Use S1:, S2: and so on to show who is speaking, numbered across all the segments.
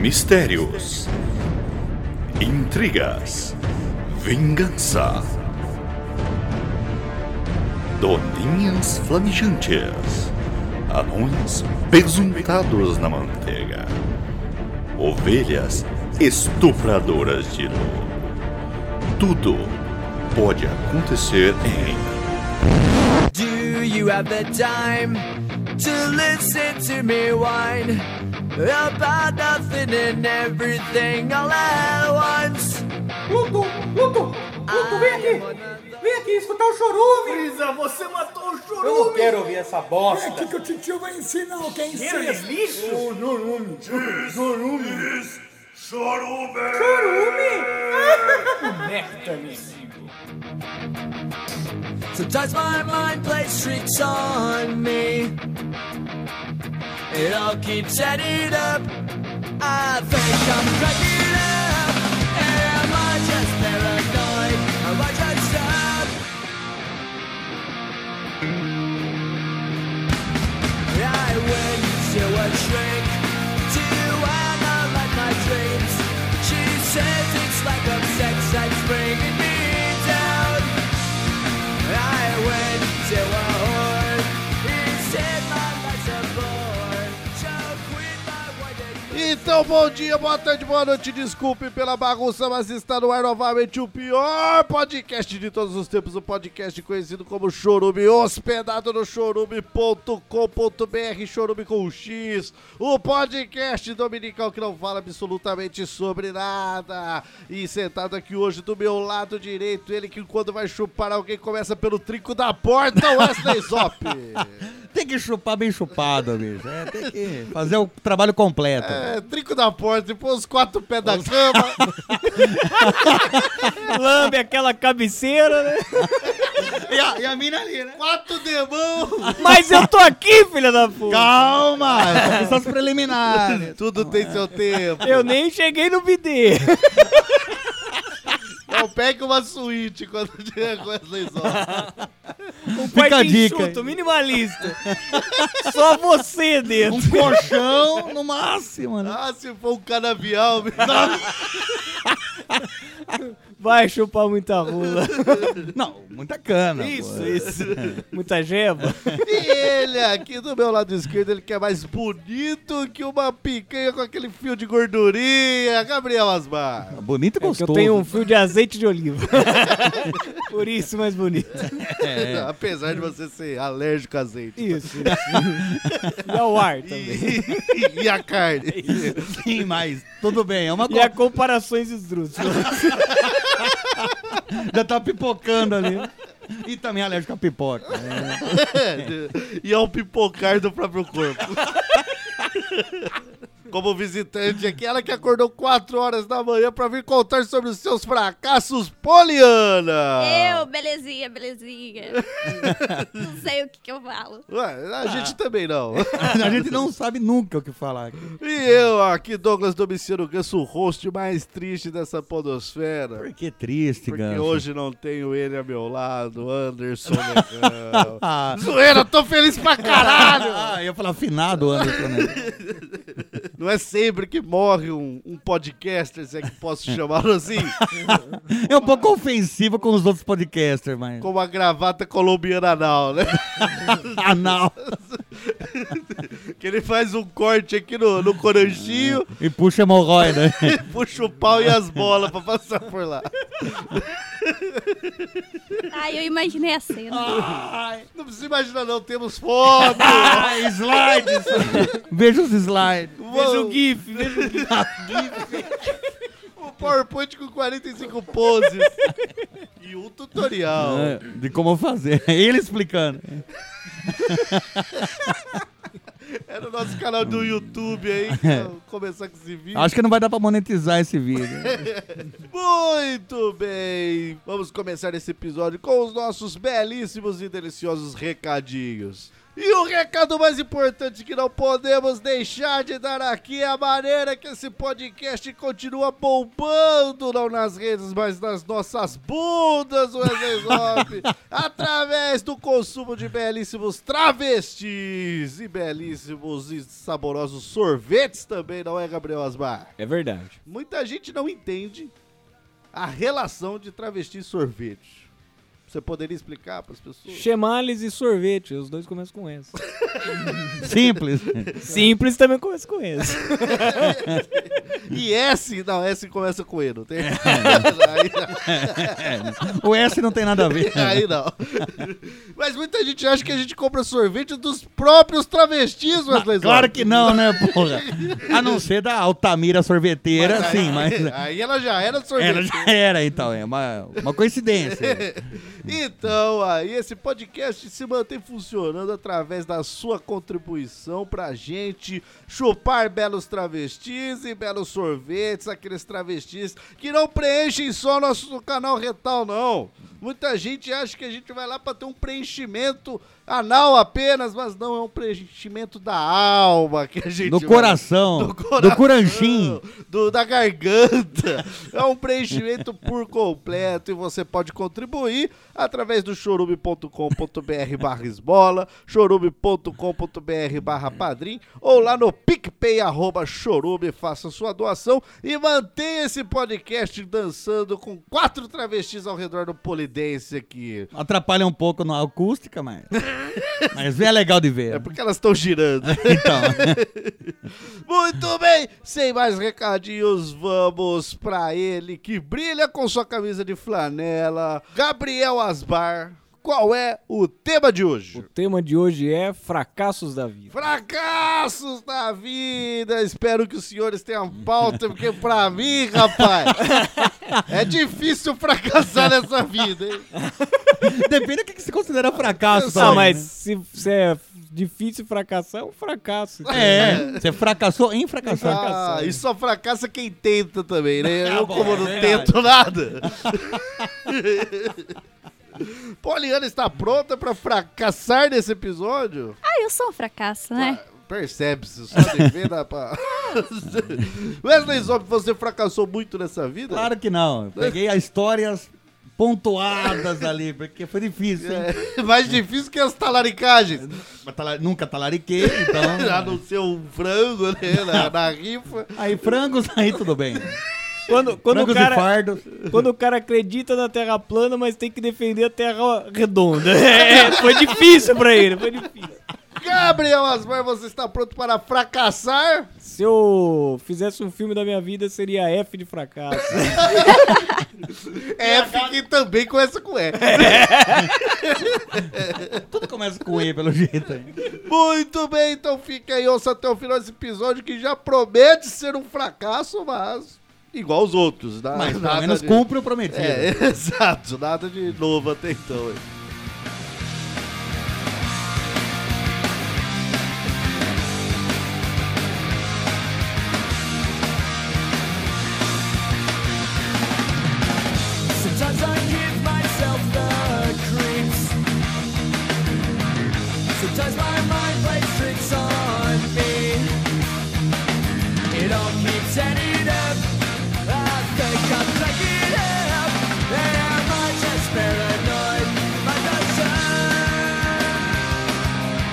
S1: Mistérios, intrigas, vingança, doninhas flamejantes, anões pesuntados na manteiga, ovelhas estupradoras de luz. Tudo pode acontecer em
S2: Do you have the time to listen to me whine about nothing and everything all at once?
S3: Luto, Luto, Luto, vem aqui! Vem aqui escutar o chorume!
S4: Brisa, você matou o chorume!
S3: Eu não quero ouvir essa bosta!
S5: O que, que o titio vai ensinar? O que é ensino?
S4: lixo?
S5: Chorume. Chorume.
S1: Chorume!
S3: Chorume!
S2: Sometimes my mind plays tricks on me. It all keeps adding up. I think I'm cracking up. Am I just paranoid? Am I just up? I went to a shrink to analyze my dreams. She says it's like a sex that's bringing me down. I went to a whore. He said my life's a bore. Choke with my white and
S6: Então, bom dia, boa tarde, boa noite. Desculpe pela bagunça, mas está no ar novamente o pior podcast de todos os tempos. O podcast conhecido como Chorume, hospedado no chorume.com.br, chorume com X. O podcast dominical que não fala absolutamente sobre nada. E sentado aqui hoje do meu lado direito, ele que quando vai chupar alguém começa pelo trinco da porta, Wesley Zop.
S7: Tem que chupar bem chupado, bicho. É, tem que fazer o trabalho completo.
S6: É, trinco da porta, depois os quatro pés da cama.
S4: Lambe aquela cabeceira, né?
S7: E, a, mina ali, né?
S6: Quatro demão!
S4: Mas eu tô aqui, filha da puta!
S7: Calma! Só os preliminares.
S6: Tudo tem seu tempo.
S4: Eu nem cheguei no BD.
S6: Não pegue uma suíte quando tiver com essas horas.
S4: Um
S7: Fica a
S4: quarto
S7: dica,
S4: enxuto,
S7: hein?
S4: minimalista. Só você dentro.
S7: Um colchão no máximo, né?
S6: Ah, se for um canavial, me dá.
S4: Vai chupar muita rola.
S7: Não, muita cana.
S4: Isso,
S7: pô.
S4: isso. Muita jeba.
S6: E ele aqui do meu lado esquerdo, ele que é mais bonito que uma picanha com aquele fio de gordurinha. Gabriel Asmar.
S7: Tá Bonito e
S4: É que eu
S7: gostoso.
S4: tenho um fio de azeite de oliva. Por isso mais bonito.
S6: Apesar de você ser alérgico a azeite.
S4: Isso. isso. E ao ar também.
S6: E, e a carne.
S7: Sim, mas tudo bem. É uma
S4: E
S7: coisa.
S4: a comparações esdrúxulas.
S7: Já tá pipocando ali. E também é alérgico a pipoca.
S6: É, E ao pipocar do próprio corpo. Como visitante aqui, ela que acordou 4 horas da manhã pra vir contar sobre os seus fracassos, Poliana!
S8: Eu, belezinha, belezinha. não sei o que, que eu falo.
S6: Ué, a gente também não.
S7: A gente não sabe nunca o que falar aqui.
S6: e eu aqui, Douglas Domiciano Ganso, o host mais triste dessa podosfera.
S7: Porque é triste,
S6: Porque
S7: Ganso.
S6: hoje não tenho ele a meu lado, Anderson Negão.
S7: Ah,
S6: Zoeira, tô feliz pra caralho!
S7: ah, eu ia falar afinado, Anderson. Né?
S6: Não é sempre que morre um, um podcaster, se é que posso chamá-lo assim,
S7: É um pouco ofensivo com os outros podcasters, mas.
S6: com uma gravata colombiana anal, né?
S7: Anal.
S6: Que ele faz um corte aqui no, no coranchinho,
S7: E puxa hemorroida.
S6: puxa o pau e as bolas pra passar por lá.
S8: Ai, eu imaginei a cena.
S6: Não precisa imaginar não, temos foto!
S7: ah, slides! Veja os slides.
S4: Veja o
S6: Uou,
S4: GIF, veja o GIF.
S6: um PowerPoint com 45 poses. e um tutorial.
S7: Ah, De como fazer. Ele explicando.
S6: É no nosso canal do YouTube aí, que eu vou começar com esse vídeo.
S7: Acho que não vai dar pra monetizar esse vídeo.
S6: Muito bem! Vamos começar esse episódio com os nossos belíssimos e deliciosos recadinhos. E o recado mais importante que não podemos deixar de dar aqui é a maneira que esse podcast continua bombando, não nas redes, mas nas nossas bundas, Wesley Zop, através do consumo de belíssimos travestis e belíssimos e saborosos sorvetes também, não é, Gabriel Asmar?
S4: É verdade.
S6: Muita gente não entende a relação de travesti e sorvete. Você poderia explicar para as pessoas?
S4: Chemales e sorvete, os dois começam com S.
S7: Simples.
S4: Simples também começa com S.
S6: E S, não, S começa com E, não
S7: É.
S6: tem? aí, não,
S7: o S não tem nada a ver.
S6: aí não. Mas muita gente acha que a gente compra sorvete dos próprios travestis, Wesley
S7: Claro
S6: Zop.
S7: que não, né, porra? A não ser da Altamira sorveteira,
S6: Mas aí-
S7: sim, assim, mas. é
S6: Aí ela já era sorvete.
S7: Era, já É, era, então, é uma, uma coincidência.
S6: Então, aí esse podcast se mantém funcionando através da sua contribuição pra gente chupar belos travestis e belos sorvetes, aqueles travestis que não preenchem só nosso canal retal, não. Muita gente acha que a gente vai lá pra ter um preenchimento anal apenas, mas não, é um preenchimento da alma que a gente
S7: Do
S6: vai-
S7: coração,
S6: do coração,
S7: do curanchim.
S6: do- da garganta. É um preenchimento por completo e você pode contribuir através do chorube.com.br barra esbola, chorube.com.br barra padrim ou lá no picpay arroba chorube, faça sua doação e mantenha esse podcast dançando com quatro travestis ao redor do Polidense aqui.
S7: Atrapalha um pouco na acústica, mas. Mas é legal de ver.
S6: É porque elas estão girando.
S7: Então,
S6: Muito bem, sem mais recadinhos, vamos pra ele que brilha com sua camisa de flanela, Gabriel Asbar. Qual é o tema de
S4: O
S6: hoje?
S4: tema de hoje é fracassos da vida.
S6: Fracassos da vida! Espero que os senhores tenham pauta, porque pra mim, rapaz, é difícil fracassar nessa vida, hein?
S7: depende do que que se considera fracasso.
S4: Ah,
S7: também,
S4: mas
S7: né?
S4: se, se é difícil fracassar, é um fracasso. então.
S7: É, você fracassou em fracassar.
S6: Ah, e só fracassa quem tenta também, né?
S7: Tá
S6: Eu,
S7: bom,
S6: como
S7: é
S6: não
S7: verdade.
S6: tento nada. Poliana está pronta para fracassar nesse episódio?
S8: Ah, eu sou um fracasso, né?
S6: Percebe-se, só de ver dá pra... Wesley Zop, você fracassou muito nessa vida?
S7: Claro que não. Eu Peguei as histórias pontuadas ali, porque foi difícil, hein?
S6: É, mais difícil que as talaricagens.
S7: Mas tala- Nunca talariquei,
S6: A
S7: então.
S6: não ser um frango, né? Na, na rifa.
S7: Aí frangos, aí tudo bem.
S4: Quando, quando, o
S7: frangos e
S4: cara,
S7: fardos.
S4: quando o cara acredita na terra plana, mas tem que defender a terra redonda. É, foi difícil pra ele, foi difícil.
S6: Gabriel Asmar, você está pronto para fracassar?
S4: Se eu fizesse um filme da minha vida, seria F de fracasso.
S6: F que também começa com E.
S7: Tudo começa com E, pelo jeito. hein?
S6: Muito bem, então fica aí, ouça até o final desse episódio que já promete ser um fracasso, mas igual os outros, né?
S7: Mas pelo
S6: Nada
S7: menos
S6: de-
S7: cumpre o prometido.
S6: É, exato, nada de novo até então. hein?
S2: Sometimes I give myself the creeps. Sometimes my mind plays tricks on me. It all keeps ending up. I think I'm taking up. Am I just paranoid? Am I the sun?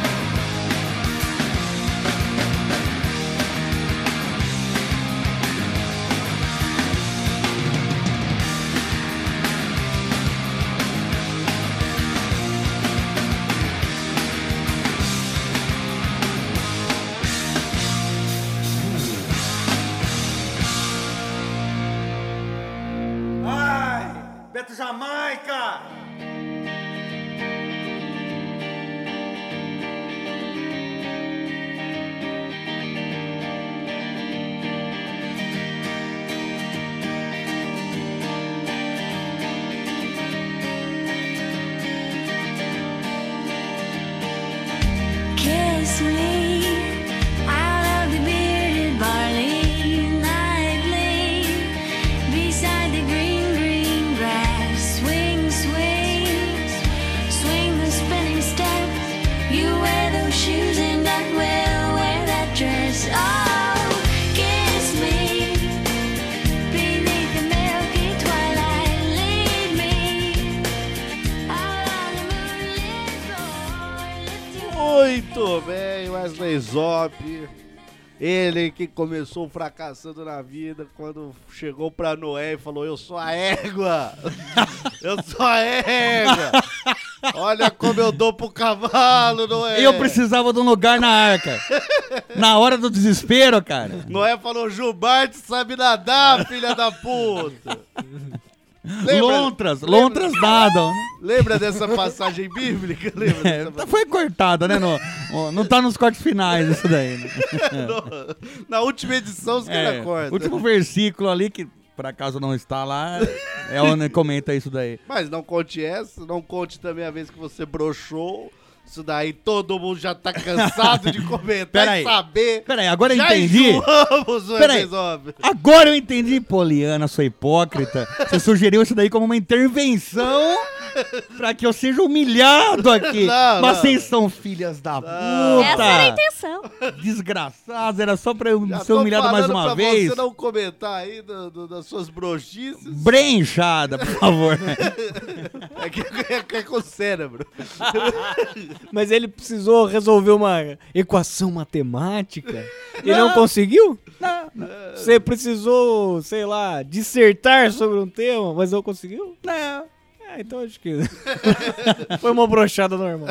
S5: Ai, Beto Jamaica!
S9: Kiss me out of the bearded barley nightly beside the green, green grass. Swing, swing.
S6: Wesley Zop. Ele que começou fracassando na vida quando chegou pra Noé e falou: Eu sou a égua! Eu sou a égua! Olha como eu dou pro cavalo, Noé!
S7: Eu precisava de um lugar na arca. Na hora do desespero, cara.
S6: Noé falou: Gilbarte sabe nadar, filha da puta! Lembra,
S7: Lontras, lontras nadam. né?
S6: lembra dessa passagem bíblica? Lembra
S7: É,
S6: dessa
S7: tá- foi cortada, né? No, no- não tá nos cortes finais isso daí. Né?
S6: No- na última edição os
S7: É,
S6: caras cortam.
S7: último versículo ali, que por acaso não está lá, é onde comenta isso daí.
S6: Mas não conte essa, não conte também a vez que você broxou. Isso daí todo mundo já tá cansado de comentar
S7: Pera
S6: e
S7: aí.
S6: saber.
S7: Pera aí, agora eu
S6: já
S7: entendi.
S6: enjoamos o
S7: Pera aí.
S6: episódio.
S7: Agora eu entendi, Poliana, sua hipócrita. Você sugeriu isso daí como uma intervenção pra que eu seja humilhado aqui.
S6: Não,
S7: Mas
S6: não.
S7: vocês são filhas da
S8: Essa era a
S7: puta.
S8: intenção.
S7: Desgraçados, era só pra eu
S6: Já
S7: ser
S6: tô
S7: humilhado mais
S6: falando pra
S7: uma vez.
S6: você não comentar aí do- do- das suas broxices.
S7: Brenchada, por favor.
S6: É que é, que é com o cérebro.
S4: Mas ele precisou resolver uma equação matemática e não conseguiu? Você precisou, sei lá, dissertar sobre um tema, mas não conseguiu? Não. É, então acho que foi uma brochada normal.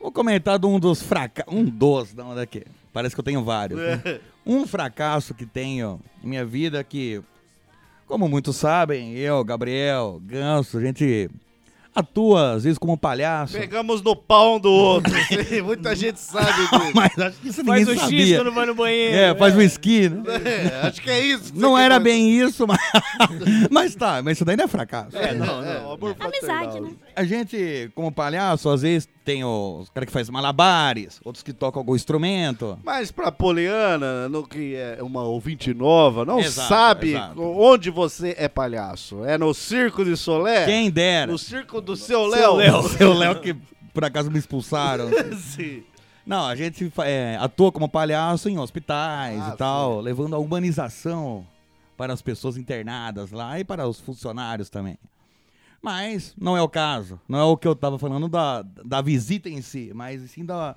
S7: Vou comentar de um dos fracassos. Um dos, não, daqui. Parece que eu tenho vários. né? Um fracasso que tenho na minha vida é que, como muitos sabem, eu, Gabriel, Ganso, a gente atua às vezes como palhaço.
S6: Pegamos no pau um do outro. assim, Muita gente sabe disso.
S7: Mas acho que isso ninguém
S4: Faz o X
S7: sabia.
S4: quando vai no banheiro.
S7: É, faz o esqui, né?
S6: É, acho que é isso. que você
S7: Não
S6: quer
S7: era
S6: comentar.
S7: bem isso, mas... mas tá, mas isso daí não é fracasso.
S6: É, não, não. o amor
S8: Amizade,
S6: fraternal.
S8: né?
S7: A gente, como palhaço, às vezes tem os cara que faz malabares, outros que tocam algum instrumento.
S6: Mas pra Poliana, no que é uma ouvinte nova, não
S7: Exato,
S6: sabe
S7: exato.
S6: onde você é palhaço. É no Circo de Solé?
S7: Quem dera.
S6: No Circo do Seu Léo.
S7: O seu Léo que por acaso me expulsaram.
S6: Sim.
S7: Não, a gente fa- é, atua como palhaço em hospitais
S6: Ah,
S7: e tal, levando a humanização para as pessoas internadas lá e para os funcionários também. Mas não é o caso. Não é o que eu estava falando da, da visita em si, mas sim da-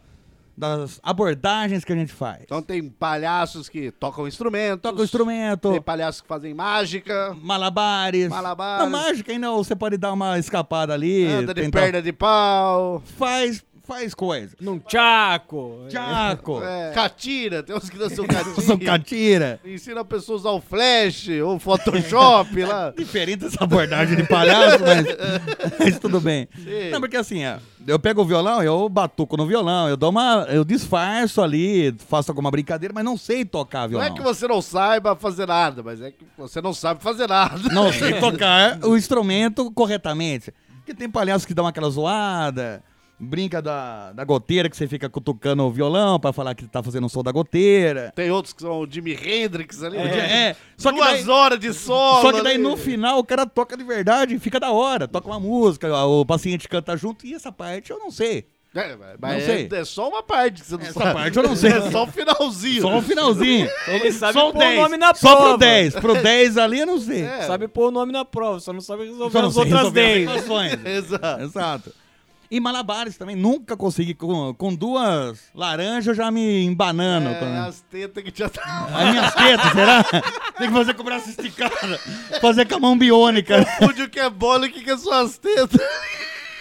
S7: das abordagens que a gente faz.
S6: Então tem palhaços que tocam instrumentos.
S7: Toca o instrumento,
S6: Tem palhaços que fazem mágica.
S7: malabares.
S6: Malabares.
S7: Não, mágica ainda você pode dar uma escapada ali.
S6: Anda de
S7: tentar-
S6: perna de pau.
S7: Faz, faz coisa.
S4: Num tchaco.
S7: Tchaco.
S6: é, Catira. Tem uns que dançam catira.
S7: São um catira.
S6: Ensina a pessoa a usar o flash ou o Photoshop lá.
S7: Diferente essa abordagem de palhaço, mas, mas tudo bem. Não, porque assim, ó, eu pego o violão, eu batuco no violão, eu dou uma. Eu disfarço ali, faço alguma brincadeira, mas não sei tocar
S6: Não
S7: violão.
S6: é que você não saiba fazer nada, mas é que você não sabe fazer nada.
S7: Não sei tocar é, o instrumento corretamente. Porque tem palhaço que dá uma aquela zoada, brinca da, da goteira que você fica cutucando o violão pra falar que tá fazendo o som da goteira.
S6: Tem outros que são o Jimi Hendrix ali.
S7: É, só que daí-
S6: Duas horas de solo.
S7: Só que daí
S6: ali.
S7: no final o cara toca de verdade, fica da hora, toca uma música, o paciente canta junto e essa parte eu não sei.
S6: É, mas
S7: Não
S6: é,
S7: sei.
S6: é só uma parte que você não
S7: Essa
S6: sabe.
S7: parte eu não sei.
S6: É só o finalzinho.
S7: Só o finalzinho.
S4: Ele sabe
S7: só o
S4: pôr o
S7: 10.
S4: nome na
S7: só
S4: prova.
S7: pro 10. Pro 10 ali eu não sei.
S6: É,
S4: Sabe pôr o nome na prova, só não sabe resolver
S7: Só não
S4: as
S7: sei
S4: outras
S7: resolver as
S4: 10.
S7: equações.
S6: Exato.
S7: Exato. E malabares também, nunca consegui. Com, com duas laranjas eu já me embanando.
S6: É,
S7: com-
S6: as tetas que tá- te atrapalham.
S7: As minhas tetas, será? Tem que fazer com o braço esticado. Fazer com a mão biônica.
S6: Onde o que é bola e o que que é suas tetas.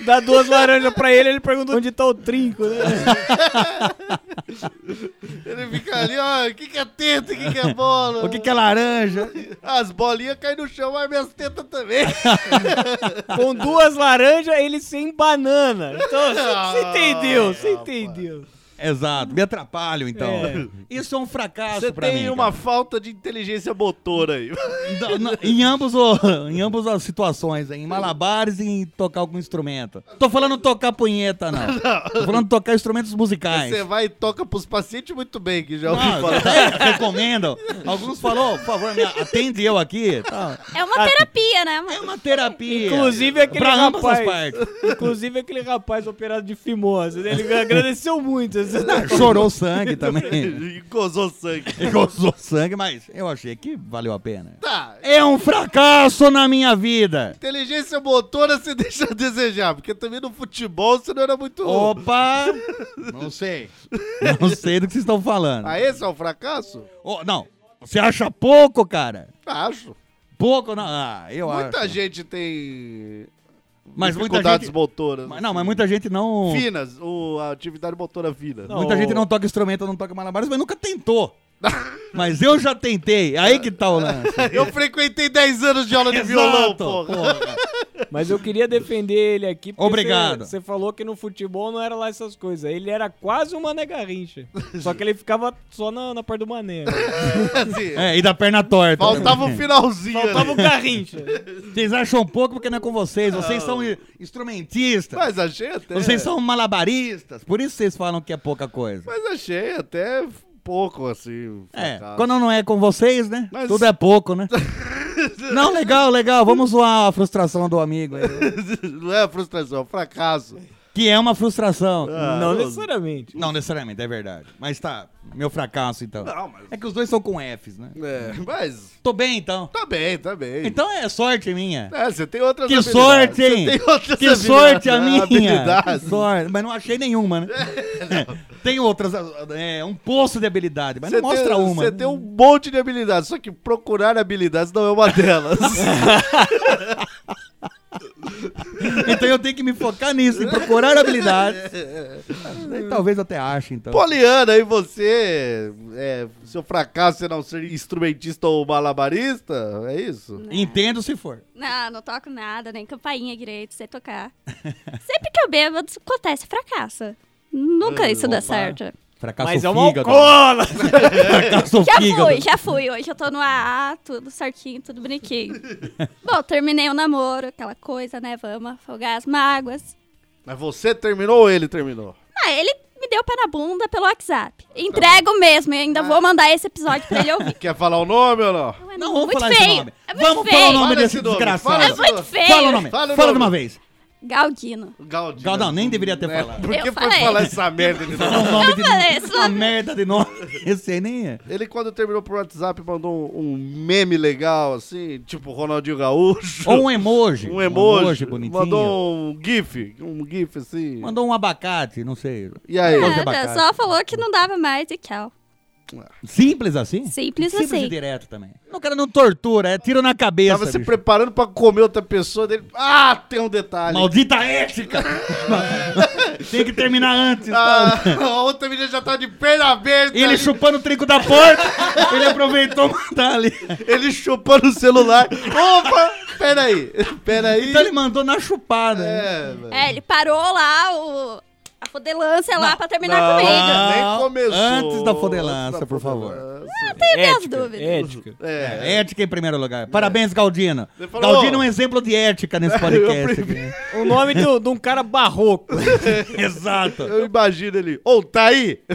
S4: Dá duas laranjas pra ele, ele pergunta onde tá o trinco, né?
S6: Ele fica ali, ó, o que que é teta e o que que é bola.
S7: O que, que é laranja?
S6: As bolinhas caem no chão, mas minhas tetas também.
S4: Com duas laranjas, ele sem banana. Então, você entendeu, você entendeu.
S7: Exato, me atrapalham então.
S4: É.
S7: Isso é um fracasso
S6: Você
S7: pra
S6: tem
S7: mim.
S6: uma
S7: cara.
S6: falta de inteligência motora aí.
S7: Não, não, em ambos o- em ambas as situações, em malabares e em tocar algum instrumento. Tô falando tocar punheta não. Tô falando tocar instrumentos musicais.
S6: Você vai e toca pros pacientes muito bem, que já ouvi
S7: Ah,
S6: falar.
S7: é, recomendam. Alguns falou, por favor, me atende eu aqui. Tá.
S8: É uma terapia, né?
S7: É uma terapia.
S4: Inclusive aquele
S7: pra ambas as
S4: rapaz.
S7: partes.
S4: Inclusive aquele rapaz operado de fimose, né? Ele agradeceu muito. assim. coisa.
S7: Não, chorou sangue também.
S6: E gozou sangue.
S7: Gozou sangue, mas eu achei que valeu a pena.
S6: Tá.
S7: É um fracasso na minha vida.
S6: Inteligência motora você deixa a desejar, porque também no futebol você não era muito.
S7: Opa! Não sei. Não sei do que vocês estão falando.
S6: Ah, esse é um fracasso?
S7: Ô, não, você acha pouco, cara?
S6: Acho.
S7: Pouco não. Ah, eu
S6: muita
S7: acho.
S6: gente tem
S7: Mas muita
S6: dificuldades assim.
S7: gente-
S6: motoras.
S7: Mas, não, mas muita gente não.
S6: Finas, o, a atividade motora fina.
S7: Muita
S4: o-
S7: gente não toca instrumento, não toca malabares, mas nunca tentou. mas eu já tentei. Aí que tá o lance.
S6: Eu frequentei 10 anos de aula de
S7: Exato,
S6: violão, porra.
S7: porra.
S4: Mas eu queria defender ele aqui. porque
S7: Obrigado.
S4: Você você falou que no futebol não era lá essas coisas. Ele era quase um Mané Garrincha. Só que ele ficava só na, na parte do Mané.
S6: Assim,
S7: É, e da perna torta.
S6: Faltava um
S7: também.
S6: finalzinho.
S4: Faltava o
S6: né?
S4: Garrincha.
S7: Vocês acham pouco porque não é com vocês. Vocês são i- instrumentistas.
S6: Ah. Mas é. achei até.
S7: vocês são malabaristas. Por isso vocês falam que é pouca coisa.
S6: Mas achei até pouco, assim. um
S7: É,
S6: fracasso.
S7: quando não é com vocês, né?
S6: Mas-
S7: Tudo é pouco, né? não, legal, legal. Vamos zoar a frustração do amigo aí. né?
S6: Não é frustração, é um fracasso.
S7: Que é uma frustração.
S6: Ah,
S4: não necessariamente.
S7: Não necessariamente, é verdade. Mas tá, meu fracasso então.
S6: Não, mas-
S7: É que os dois são com Fs, né?
S6: É, mas
S7: Tô bem então.
S6: tá bem, tá bem.
S7: Então é sorte minha.
S6: É, você tem outras
S7: Que
S6: habilidades.
S7: sorte, hein?
S6: Você tem outras né?
S7: Que sorte a minha! Que
S6: habilidades.
S7: sorte. Mas não achei nenhuma, né? tem outras, é um poço de habilidade, mas
S6: Você
S7: não mostra
S6: tem,
S7: uma. né?
S6: Você tem um monte de habilidades, só que procurar habilidades não é uma delas.
S7: Então eu tenho que me focar nisso, em procurar habilidades. Daí talvez eu até ache, então.
S6: Poliana, e você? é, seu fracasso é não ser instrumentista ou malabarista? É isso?
S7: Entendo se for.
S8: Não, não toco nada, nem campainha direito, sei tocar. Sempre que eu bebo, acontece fracassa. Nunca isso dá
S7: opa.
S8: certo.
S7: Fracasso
S4: Mas é uma
S7: fígado.
S4: alcoólatra.
S7: Fracasso
S8: Já
S7: fígado.
S8: fui, já fui. Hoje eu tô no AA, tudo certinho, tudo bonitinho. Bom, terminei o namoro, aquela coisa, né? Vamos afogar as mágoas.
S6: Mas você terminou ou ele terminou?
S8: Ah, ele me deu pé na bunda pelo WhatsApp. Entrego mesmo e
S7: Ah.
S8: ainda vou mandar esse episódio pra ele ouvir.
S6: Quer falar o nome ou não?
S8: É
S7: Não vamos
S8: muito
S7: falar
S8: feio.
S7: esse nome.
S8: É muito
S7: vamos
S8: feio.
S7: falar o nome
S6: Fala
S7: desse
S6: esse nome,
S7: desgraçado.
S6: fala
S8: É muito feio.
S7: Fala o nome.
S6: Fala
S7: Fala,
S6: o
S7: de
S6: nome.
S7: uma vez.
S8: Galdino.
S6: Galdino.
S7: Galdão, nem deveria ter
S6: É,
S7: falado.
S6: Por que
S8: Eu
S6: foi
S8: falei.
S6: falar essa merda? Ele,
S7: É um nome de
S8: falei, esse
S7: uma
S8: nome-
S7: merda de nome. Esse aí nem é.
S6: ele, quando terminou por WhatsApp, mandou um, um meme legal, assim, tipo Ronaldinho Gaúcho.
S7: Ou um emoji.
S6: um emoji.
S7: bonitinho.
S6: Mandou um gif, um gif assim.
S7: Mandou um abacate, não sei.
S6: E aí?
S7: Gosto de
S8: Nada,
S7: abacate.
S8: só falou que não dava mais e tchau.
S7: Simples assim?
S8: Simples
S7: Simples
S8: assim.
S7: e direto também. O cara não tortura, é tiro na cabeça.
S6: Tava se
S7: bicho.
S6: preparando pra comer outra pessoa dele. Ah, tem um detalhe.
S7: Maldita ética! Tem que terminar antes. tá?
S6: Ah, a outra menina já tá de perna aberta.
S7: Ele
S6: ali,
S7: chupando o trinco da porta, ele aproveitou mandar ali.
S6: ele chupando o celular. Opa! Peraí, peraí.
S7: Então ele mandou na chupada.
S6: É, velho.
S8: É, ele parou lá o... a fodelância lá pra terminar Tá comigo.
S6: nem começou.
S7: Antes da fodelança,
S6: Antes da
S7: por favor.
S6: fodelança.
S8: Tem minhas
S4: Ética,
S8: dúvidas.
S4: Ética.
S6: É.
S7: Ética em primeiro lugar. Parabéns, Galdino.
S6: Ele falou-
S7: Galdino é um exemplo de ética
S4: É,
S7: nesse podcast. aqui.
S4: O nome do- de um cara barroco.
S7: Exato.
S6: Eu imagino ele. Ô, tá aí?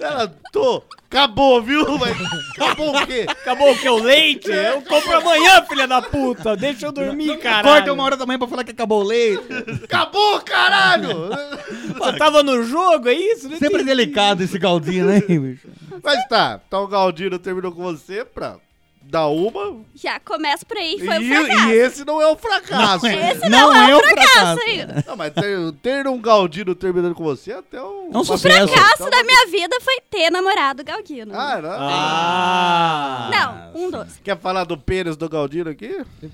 S6: Ela, tô. Acabou, viu? Mas acabou o quê?
S4: Acabou o que? O leite? Eu compro amanhã, filha da puta. Deixa eu dormir, caralho.
S7: Acorda uma hora da manhã pra falar que acabou o leite.
S6: Acabou, caralho!
S4: Você tava no jogo, é isso? Não
S7: Sempre
S4: entendi.
S7: delicado esse Galdino, hein, bicho?
S6: Mas tá, então o Galdino terminou com você pra dar uma.
S8: Já começa por aí,
S6: E,
S8: foi um fracasso.
S6: e esse não é um fracasso.
S8: Esse
S7: Não
S8: não,
S7: é
S8: é um
S7: o
S8: fracasso,
S7: fracasso.
S8: ainda.
S6: Não, mas ter, ter um Galdino terminando com você é até um.
S7: É um
S6: uma
S7: sucesso.
S6: vitória.
S8: fracasso da minha vida foi ter namorado Galdino.
S6: Ah, não.
S4: Ah.
S8: não, um doce.
S6: Quer falar do pênis do Galdino aqui?
S8: É.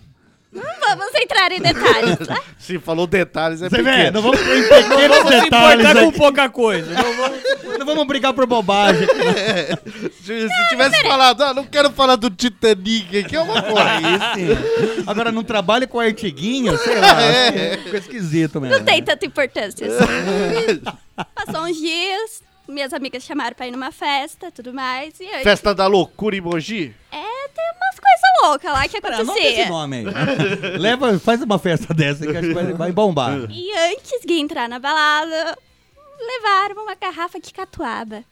S8: Não vamos entrar em detalhes, né?
S6: Se falou detalhes, é
S7: Você vê,
S6: pequeno.
S7: não vamos em pequenos
S4: Vamos se
S7: detalhes
S4: importar com
S7: aqui.
S4: pouca coisa. Não vamos-
S7: Não vamos brigar por bobagem.
S6: Se,
S8: é
S6: se tivesse falado, ah, não quero falar do Titanic aqui, é uma coisa.
S7: Sim. Agora, não trabalhe com artiguinho, sei lá.
S6: É.
S7: Fica esquisito mesmo.
S8: Não tem tanta importância. assim. Passou uns dias, minhas amigas chamaram pra ir numa festa tudo mais. E eu...
S6: Festa da loucura em Mogi?
S8: É, tem umas coisas loucas lá que
S7: Cara, anota esse
S8: acontecia.
S7: nome aí. Leva, faz uma festa dessa que acho que vai, vai bombar.
S8: E antes de entrar na balada, levaram uma garrafa de catuaba.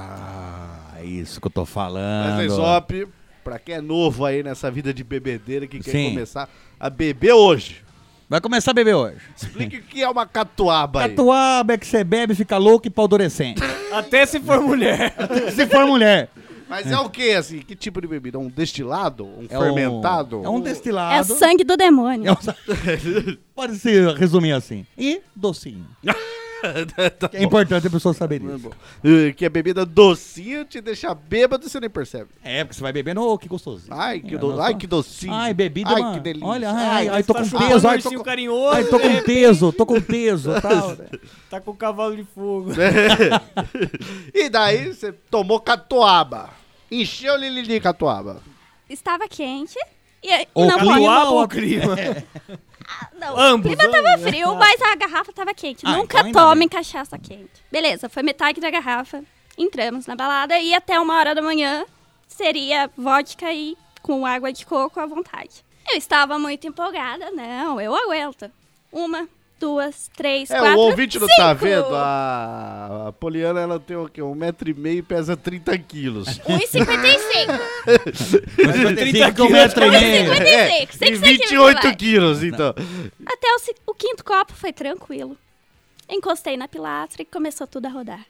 S7: Ah, é isso que eu tô
S6: Wesley
S7: falando.
S6: Zop, é pra quem é novo aí nessa vida de bebedeira que quer
S7: Sim.
S6: começar a beber hoje.
S7: Vai começar a beber hoje.
S6: Explique o que é uma catuaba aí.
S7: Catuaba é que você bebe, fica louco e paldurecente.
S4: Até se for mulher.
S7: Se for mulher.
S6: Mas é o que, assim? Que tipo de bebida? Um destilado? Um fermentado?
S7: Um, é um destilado.
S8: É o sangue do demônio.
S7: É um- Pode se resumir assim. E docinho.
S6: Tá
S7: Que é importante a pessoa saber disso.
S6: Uh, que é bebida docinha, te deixa bêbado e você nem percebe.
S7: É, porque você vai bebendo, ô, que gostosinho.
S6: Ai, que,
S7: É,
S6: do...
S7: nossa.
S6: Ai, que docinho.
S7: Ai, bebida,
S6: Ai,
S7: mano.
S6: que delícia.
S7: Olha, ai, ai,
S4: Aí
S7: tô
S4: você
S7: com
S4: fala,
S7: peso,
S4: "Ah,
S7: ai, tô
S4: ursinho
S7: com...
S4: carinhoso,
S7: Ai, tô com peso, tô com peso, tal.
S4: Tá com o cavalo de fogo.
S6: E daí você tomou catuaba. Encheu o lili de catuaba.
S8: Estava quente. E, e
S7: Ou
S8: não
S7: clima
S8: pode.
S6: é
S4: Catuaba
S7: ou-
S4: ou clima?
S7: é.
S8: Não,
S4: Ambos,
S8: o clima tava frio, mas a garrafa tava quente.
S7: né? Ah,
S8: Nunca
S7: então ainda bem.
S8: tomem cachaça quente. Beleza, foi metade da garrafa. Entramos na balada e até uma hora da manhã seria vodka e com água de coco à vontade. Eu estava muito empolgada. Não, eu aguento. Uma, duas, três,
S6: É,
S8: quatro,
S6: o ouvinte não
S8: cinco.
S6: tá vendo?
S7: ah.
S6: A, a Poliana, ela tem o quê? Um metro e meio e pesa 30 quilos.
S8: 1,55.
S7: Mas 30 km e meio.
S8: 1,55.
S6: É, e
S8: 155
S6: 28
S8: vai.
S6: quilos, então.
S8: Até o, ci- o quinto copo foi tranquilo. Encostei na pilastra e começou tudo a rodar.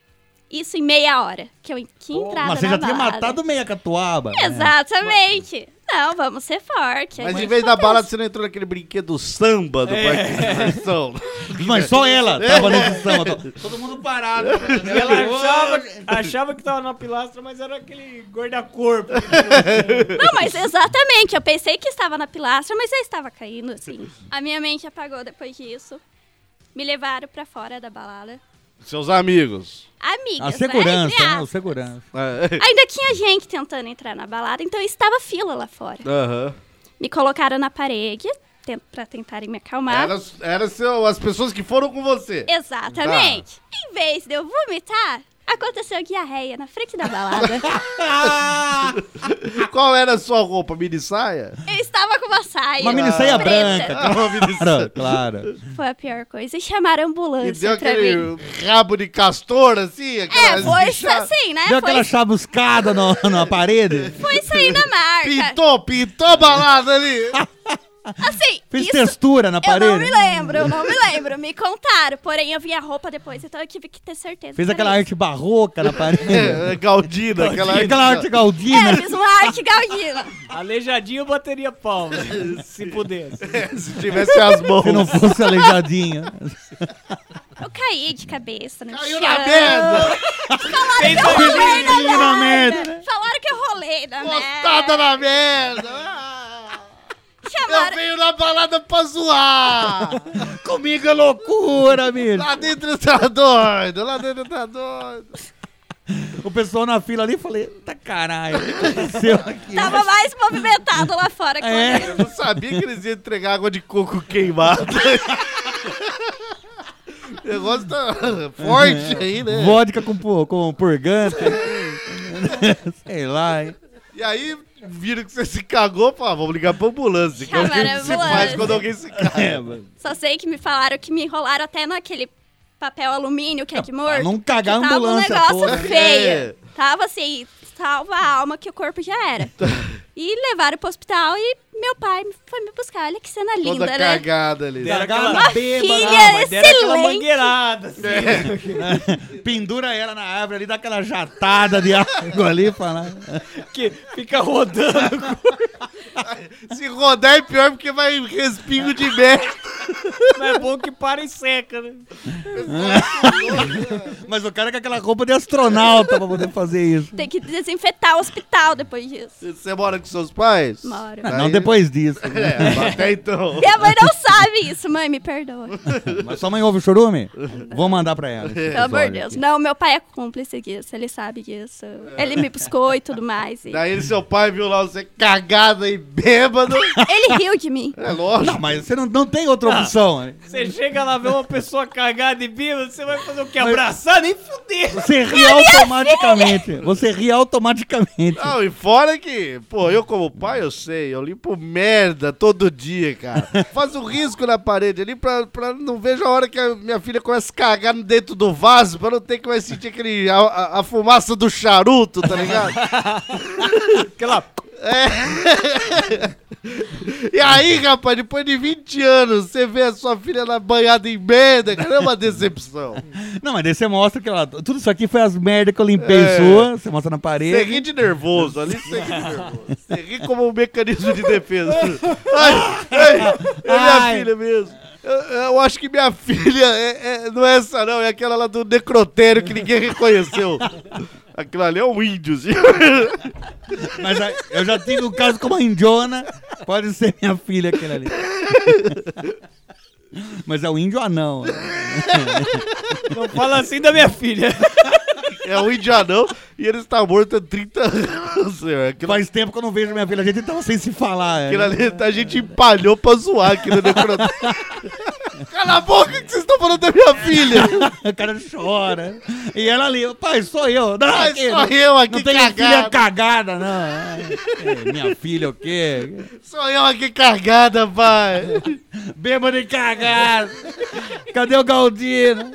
S8: Isso em meia hora, que eu en- que entrada
S7: Mas você
S8: na
S7: já tinha
S8: balada.
S7: matado meia catuaba. né?
S8: Exatamente. Não, vamos ser forte. a
S6: Mas em
S8: gente
S6: vez da
S8: não
S6: balada, você não entrou naquele brinquedo samba do parque de diversão.
S7: Mas só ela tava nesse samba. Todo mundo parado.
S4: Ela né? achava, achava que tava na pilastra, mas era aquele guarda-corpo.
S8: pensa- Não, mas exatamente. Eu pensei que estava na pilastra, mas eu estava caindo, assim. A minha mente apagou depois disso. Me levaram pra fora da balada.
S6: Seus amigos.
S8: Amigas,
S7: A segurança,
S8: né?
S7: né? O segurança.
S6: É.
S8: Ainda tinha gente tentando entrar na balada, então estava fila lá fora.
S6: Aham.
S8: Me colocaram na parede ten- pra tentarem me acalmar.
S6: Era, era seu, as pessoas que foram com você.
S8: Exatamente. Em vez de eu vomitar, aconteceu diarreia na frente da balada.
S6: Qual era a sua roupa? Mini saia?
S8: eu estava com uma saia.
S7: Uma mini saia
S8: preta.
S7: branca. Claro, claro.
S8: Foi a pior coisa. E chamaram a
S6: E
S8: ambulância
S6: deu
S8: é pra mim.
S6: aquele um rabo de castor, assim?
S8: É,
S6: aquelas
S8: foi sa-
S6: bichadas.
S8: assim, né?
S7: Deu
S8: Foi,
S7: aquela chabuscada no- na parede.
S8: foi sair da marca.
S6: Pintou, pintou a balada ali.
S8: Assim,
S7: Fez
S8: isso
S7: textura na
S8: eu
S7: parede.
S8: não me lembro, eu não me lembro. Me contaram, porém eu vi a roupa depois, então eu tive que ter certeza.
S7: Fez
S8: que
S7: aquela
S8: era
S7: arte barroca na parede.
S6: É, Galdina, aquela...
S7: aquela arte né?
S8: isso. É, eu
S7: galdina.
S8: fiz uma arte galdina.
S4: Aleijadinho eu bateria pau, né? se pudesse.
S6: Se tivesse as mãos.
S7: Se não
S8: Né?
S7: fosse aleijadinha.
S8: Eu caí de cabeça no
S6: Caiu
S8: chão.
S6: na merda.
S4: Fez
S7: um Aleijadinha na merda.
S8: Falaram que eu rolei na
S6: Postada
S8: merda.
S6: na merda. Ah, Eu
S8: Chamaram...
S6: venho na balada pra zoar.
S7: Comigo é loucura, bicho.
S6: Lá dentro tá doido, lá dentro tá doido.
S7: O pessoal na fila ali, eu falei, tá caralho, o que aconteceu aqui?
S8: Tava mais movimentado lá fora que lá
S7: É.
S8: dentro.
S6: Eu não sabia que eles iam entregar água de coco queimada. O negócio tá forte aí, né?
S7: Vodka com, pu- com purgante. Sei lá, hein?
S6: E aí viram que você se cagou, pô, vamos ligar pra ambulância. Que é o que
S8: Chamaram a
S6: se
S8: ambulância.
S6: faz quando alguém se caga.
S8: Só sei que me falaram que me enrolaram até naquele papel alumínio que é de morto.
S7: não cagar
S8: que
S7: a ambulância É.
S8: Tava um
S7: toda.
S8: negócio feio. Tava assim, salva a alma que o corpo já era. e levaram pro hospital e meu pai foi me buscar. Olha que cena linda,
S6: Toda
S8: né?
S6: cagada ali.
S4: Deram aquela-
S7: Cagada,
S8: filha-
S7: bêbada.
S4: Mas deram aquela
S8: Excelente.
S4: mangueirada. assim.
S7: Pendura ela na árvore ali, dá aquela jatada de água ali, fala.
S4: que fica rodando.
S6: Se rodar é pior porque vai respingo de merda.
S4: Mas é bom que para e seca, né?
S7: Mas o cara com aquela roupa de astronauta pra poder fazer isso.
S8: Tem que desinfetar o hospital depois disso.
S6: Você mora com seus pais?
S8: Moro.
S7: Ah, não depois disso. né?
S6: É, até então.
S8: Minha mãe não sabe isso, mãe, me perdoa.
S7: Mas sua mãe ouve o chorume? Vou mandar pra ela.
S8: Pelo amor de Deus. Não, meu pai é cúmplice disso, ele sabe disso.
S7: É.
S8: Ele me buscou e tudo mais. e-
S6: Daí seu pai viu lá você cagado e bêbado.
S8: Ele riu de mim.
S6: É lógico.
S7: Não, mas você não, não tem outra opção. né?
S4: Você chega lá, vê uma pessoa cagada e bêbada, você vai fazer o quê? Abraçar? Nem fuder.
S7: Você ri automaticamente. Você ri automaticamente.
S6: Não, e fora que, pô, eu como pai, eu sei, eu limpo merda todo dia, cara. Faz um risco na parede ali pra, pra não vejo a hora que a minha filha começa a cagar dentro do vaso, pra não ter que mais sentir aquele, a, a- a fumaça do charuto, tá ligado?
S4: Aquela...
S6: É. E aí, rapaz, depois de 20 anos, você vê a sua filha na banhada em merda, cara, é uma decepção.
S7: Não, mas daí você mostra que ela. Tudo isso aqui foi as merdas que eu limpei
S6: É.
S7: sua, você mostra na
S6: Você
S7: parede.
S6: ri de nervoso, ali você ri de nervoso. Você ri como um mecanismo de defesa. Ai, ai, é minha
S4: Ai.
S6: filha mesmo. Eu, eu acho que minha filha é- é- não é essa, não. É aquela lá do necrotério que ninguém reconheceu. Aquilo ali é um índio, assim.
S7: Mas aí, eu já tive um caso com uma indiona, pode ser minha filha aquele ali. Mas é o índio anão.
S4: Não fala assim da minha filha.
S6: É um índio anão e ele está morto há 30 anos. senhor. Aquilo,
S7: Faz tempo que eu não vejo minha filha, a gente tava sem se falar.
S6: aquilo ali a gente empalhou pra zoar aqui no necrotério. Cala a boca que vocês estão falando da minha filha!
S7: né? O cara chora. E ela ali, pai, sou eu. Não,
S6: Ai,
S7: aqui,
S6: só
S7: não-
S6: eu aqui
S7: Não tem filha
S6: cagado.
S7: cagada, não. Ai, é, minha filha o quê?
S6: Sou eu aqui cagada, pai.
S7: Bêbado e cagado. Cadê o Galdino?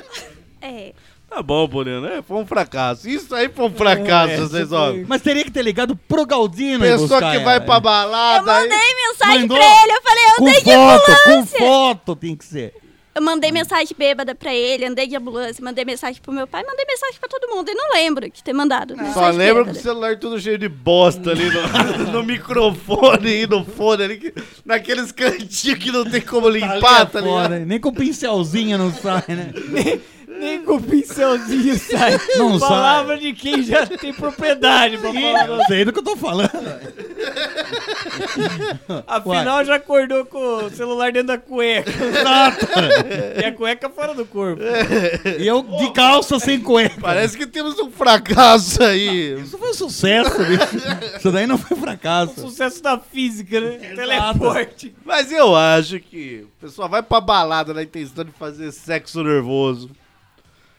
S8: É.
S6: Tá bom, Poliano. É, foi um fracasso. Isso aí foi um fracasso, vocês olham.
S7: Mas teria que ter ligado pro Galdino e
S6: Pessoa
S7: buscar
S6: que
S7: ela.
S6: vai pra
S8: Eu
S6: balada. aí-
S8: mandei mensagem
S7: Mandou?
S8: pra ele, eu falei, eu
S7: Com
S8: andei de
S7: foto, com
S8: ambulância.
S7: foto tem que ser.
S8: Eu mandei mensagem bêbada pra ele, andei de ambulância, mandei mensagem pro meu pai, mandei mensagem pra todo mundo. Eu não lembro de ter mandado.
S6: Só
S8: mensagem
S6: lembra com o
S8: bêbada.
S6: celular tudo cheio de bosta ali no, no microfone e no fone ali, que- naqueles cantinhos que não tem como limpar, tá ligado?
S7: Fora, É nem com pincelzinho não sai, né?
S4: Nem com o pincelzinho sai.
S7: Não sai.
S4: Palavra de quem já tem propriedade pra falar.
S7: Eu sei é do que eu tô falando.
S4: Afinal, já acordou com o celular dentro da cueca.
S7: Exato.
S4: E a cueca fora do corpo.
S7: E eu de calça sem cueca.
S6: Parece que temos um fracasso aí.
S7: Isso foi um sucesso, bicho. Isso daí não foi fracasso.
S4: Sucesso da física, né? Teleporte.
S6: Mas eu acho que o pessoal vai pra balada na intenção de fazer sexo nervoso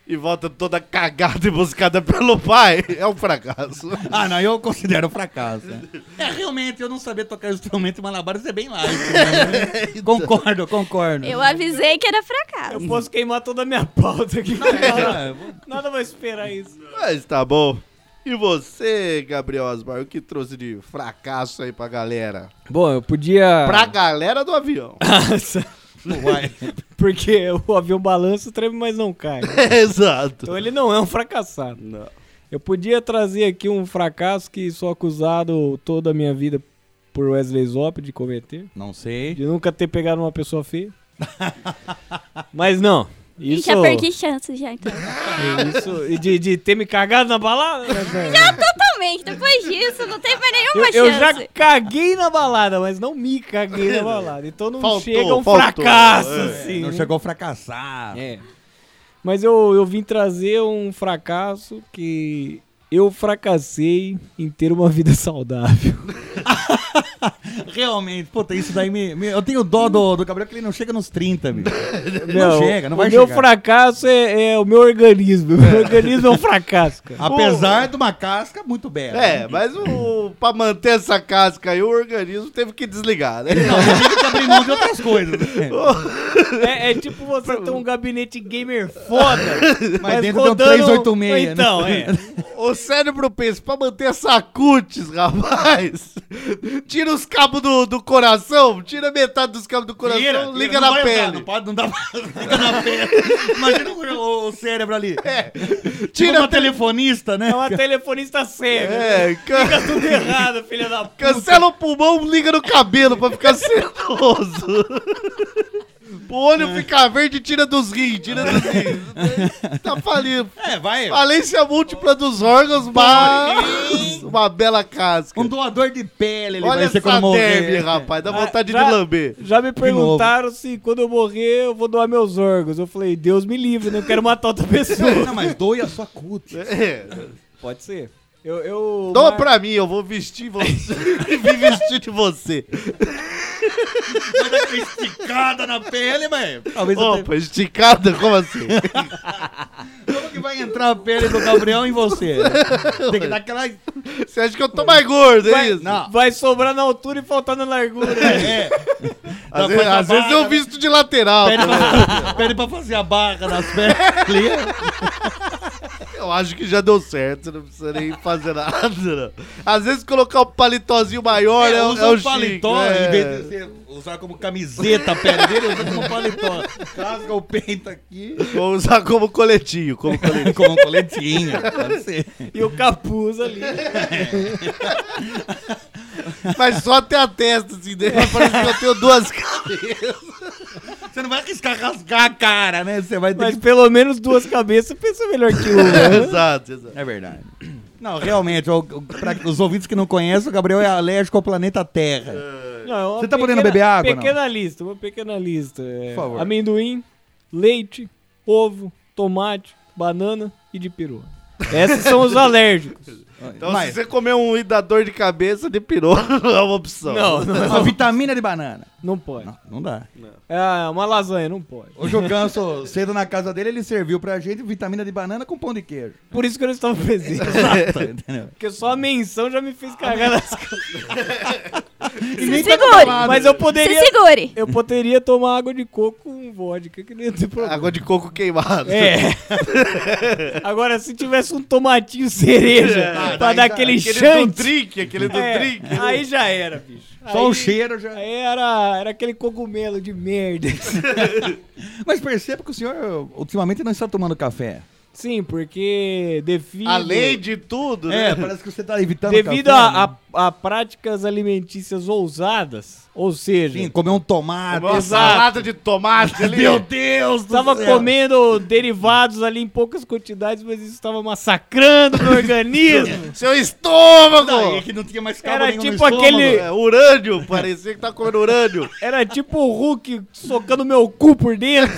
S6: e volta toda cagada e buscada pelo pai. É um fracasso.
S7: Ah, não, eu considero fracasso. né? É, realmente, eu não saber tocar instrumento malabar, isso é bem light. né? Concordo, concordo.
S8: Eu avisei que era fracasso.
S4: Eu posso queimar toda a minha pauta aqui.
S8: é.
S7: Ah,
S4: Nada vai esperar isso.
S6: Mas tá bom. E você, Gabriel Osmar, o que trouxe de fracasso aí pra galera?
S4: Bom, eu podia.
S6: Pra
S7: Ah.
S6: galera do avião.
S7: vai.
S4: Porque o avião balança, treme, mas não cai.
S6: Exato.
S4: Então ele não é um fracassado. Eu podia trazer aqui um fracasso que sou acusado toda a minha vida por Wesley Zop de cometer.
S7: Não sei.
S4: De nunca ter pegado uma pessoa feia. Mas não.
S8: E
S4: Isso,
S8: já perdi chance já, então.
S4: É isso e de, de ter me cagado na balada.
S7: é.
S8: já totalmente, depois disso, não tem mais nenhuma
S4: Eu, eu já
S8: chance.
S4: caguei na balada, mas não me caguei na balada. Então não
S6: Faltou,
S4: chega um
S6: faltou.
S4: fracasso,
S6: É,
S4: assim.
S7: Não chegou a fracassar.
S4: É. Mas eu, eu vim trazer um fracasso que eu fracassei em ter uma vida saudável.
S7: Realmente, puta, isso daí me. me- eu tenho dó do, do Gabriel que ele não chega nos 30, bicho. Não, chega, não
S4: o
S7: vai
S4: meu
S7: chegar.
S4: fracasso é, é o meu organismo. O meu organismo é um fracasso, cara.
S7: Apesar de uma casca muito bela.
S6: É, mas o, pra manter essa casca aí, o organismo teve que desligar, né?
S7: Não, eu tive que abrir mão de outras coisas. né?
S4: É, é tipo você ter um gabinete gamer foda.
S7: Mas, dentro tem um 386.
S4: Então,
S7: né?
S4: é.
S6: O cérebro pensa, pra manter essa cutis, rapaz, tira os cabos do, do coração, tira metade dos cabos do coração,
S7: Tira, tira,
S6: liga
S7: não
S6: na
S7: vai
S6: pele.
S7: Andar, não pode, não dá pra- Liga na pele. Imagina o, o cérebro ali. É.
S6: Tira
S7: Tira
S6: a
S7: uma telefonista, né?
S4: É uma telefonista cega.
S6: É,
S4: Tá
S6: can-
S4: tudo errado, filha da puta.
S6: cancela o pulmão, liga no cabelo pra ficar sedoso. o olho fica verde, tira dos rins, tira dos rins. tá falido.
S7: É, vai.
S6: Falência múltipla dos órgãos, mas uma bela casca.
S7: Um doador de pele, ele
S6: Olha
S7: vai ser
S6: essa
S7: quando morrer. É.
S6: derme, rapaz, dá vontade
S4: já-
S6: de lamber.
S4: Já me perguntaram se quando eu morrer eu vou doar meus órgãos. Eu falei, Deus me livre, não quero matar outra pessoa.
S7: Não, mas doe a sua cutis.
S6: É.
S4: Pode ser. Eu. eu
S6: Dou
S4: mas-
S6: pra mim, eu vou vestir você. Me vestir de você.
S7: Vai dar aquela esticada na pele, mas talvez até...
S6: Opa, esticada? Como assim?
S7: Como que vai entrar a pele do Gabriel em você? né? Tem que dar aquela...
S6: É. Você acha que eu tô mais gordo, é
S4: vai,
S6: isso?
S7: não.
S4: vai sobrar na altura e faltar na largura.
S7: É,
S6: Às,
S7: Não,
S6: vezes,
S7: faz a
S6: às vezes
S7: barba,
S6: eu
S7: né?
S6: visto de lateral. tá
S7: pede pra, pede pra fazer a barra nas pernas.
S6: Eu Eu acho que já deu certo, não precisa nem fazer nada. não. Às vezes colocar um palitozinho maior é,
S7: É,
S6: é,
S7: usa
S6: o
S7: um paletó,
S6: chique,
S7: em
S6: é.
S7: vez de você usar como camiseta a pele dele, usa como paletó. Rasga o peito aqui.
S6: É. Vou usar como coletinho, como coletinho.
S7: Como um coletinho, pode ser.
S4: E o capuz ali.
S6: Mas só até a testa, assim, né? parece que eu tenho duas cabeças.
S7: Você não vai arriscar rasgar a cara, né? Você vai ter
S4: Mas
S7: que...
S4: pelo menos duas cabeças pensa melhor que uma. né?
S6: exato, exato.
S7: É verdade. Não, realmente, o- o- pra os ouvintes que não conhecem, o Gabriel é alérgico ao planeta Terra.
S4: Não, é uma
S7: Você tá podendo beber água, não?
S4: Pequena lista, uma pequena lista. É,
S7: Por favor.
S4: Amendoim, leite, ovo, tomate, banana e de peru. Esses são os alérgicos.
S6: Então,
S7: Mas-
S6: se você comer um e dar dor de cabeça, de pirou, não é uma opção.
S4: Não, não,
S7: Uma vitamina de banana.
S4: não pode.
S7: Não, não dá.
S4: É uma lasanha, não pode.
S7: Hoje o Ganso, cedo na casa dele, ele serviu pra gente vitamina de banana com pão de queijo.
S4: Por isso que eu não estava presente.
S7: Exato, entendeu?
S4: Porque só a menção já me fez cagar nas calças.
S7: tá
S8: Se segure.
S4: Mas eu
S8: Se
S4: poderia.
S8: segure.
S4: Eu poderia tomar água de coco com vodka, que não ia ter problema.
S6: Água de coco queimado.
S4: É. Agora, se tivesse um tomatinho cereja pra
S6: Ah, daí
S7: É,
S4: dar
S6: já-
S4: aquele
S6: Aquele do
S4: chante,
S6: drink, aquele do
S4: é,
S6: drink.
S4: aí já era, bicho.
S7: Só
S4: aí,
S7: o cheiro já.
S4: Aí era, era aquele cogumelo de merda.
S7: Mas perceba que o senhor ultimamente não está tomando café.
S4: Sim, porque devido...
S6: Além de tudo, né?
S7: É, parece que você tá evitando
S4: Devido
S7: café, né?
S4: a, a- a práticas alimentícias ousadas, ou seja,
S7: Sim, comer um tomate.
S6: Uma salada de tomate ali.
S7: Meu Deus do
S4: Tava
S7: céu.
S4: comendo derivados ali em poucas quantidades, mas isso estava massacrando meu organismo.
S6: Seu estômago!
S7: Daí é que não tinha mais cabo
S4: Era
S7: nenhum no
S4: tipo
S7: estômago.
S4: aquele-
S6: É, urânio, parecia que tá comendo urânio.
S4: Era tipo o Hulk socando meu cu por dentro.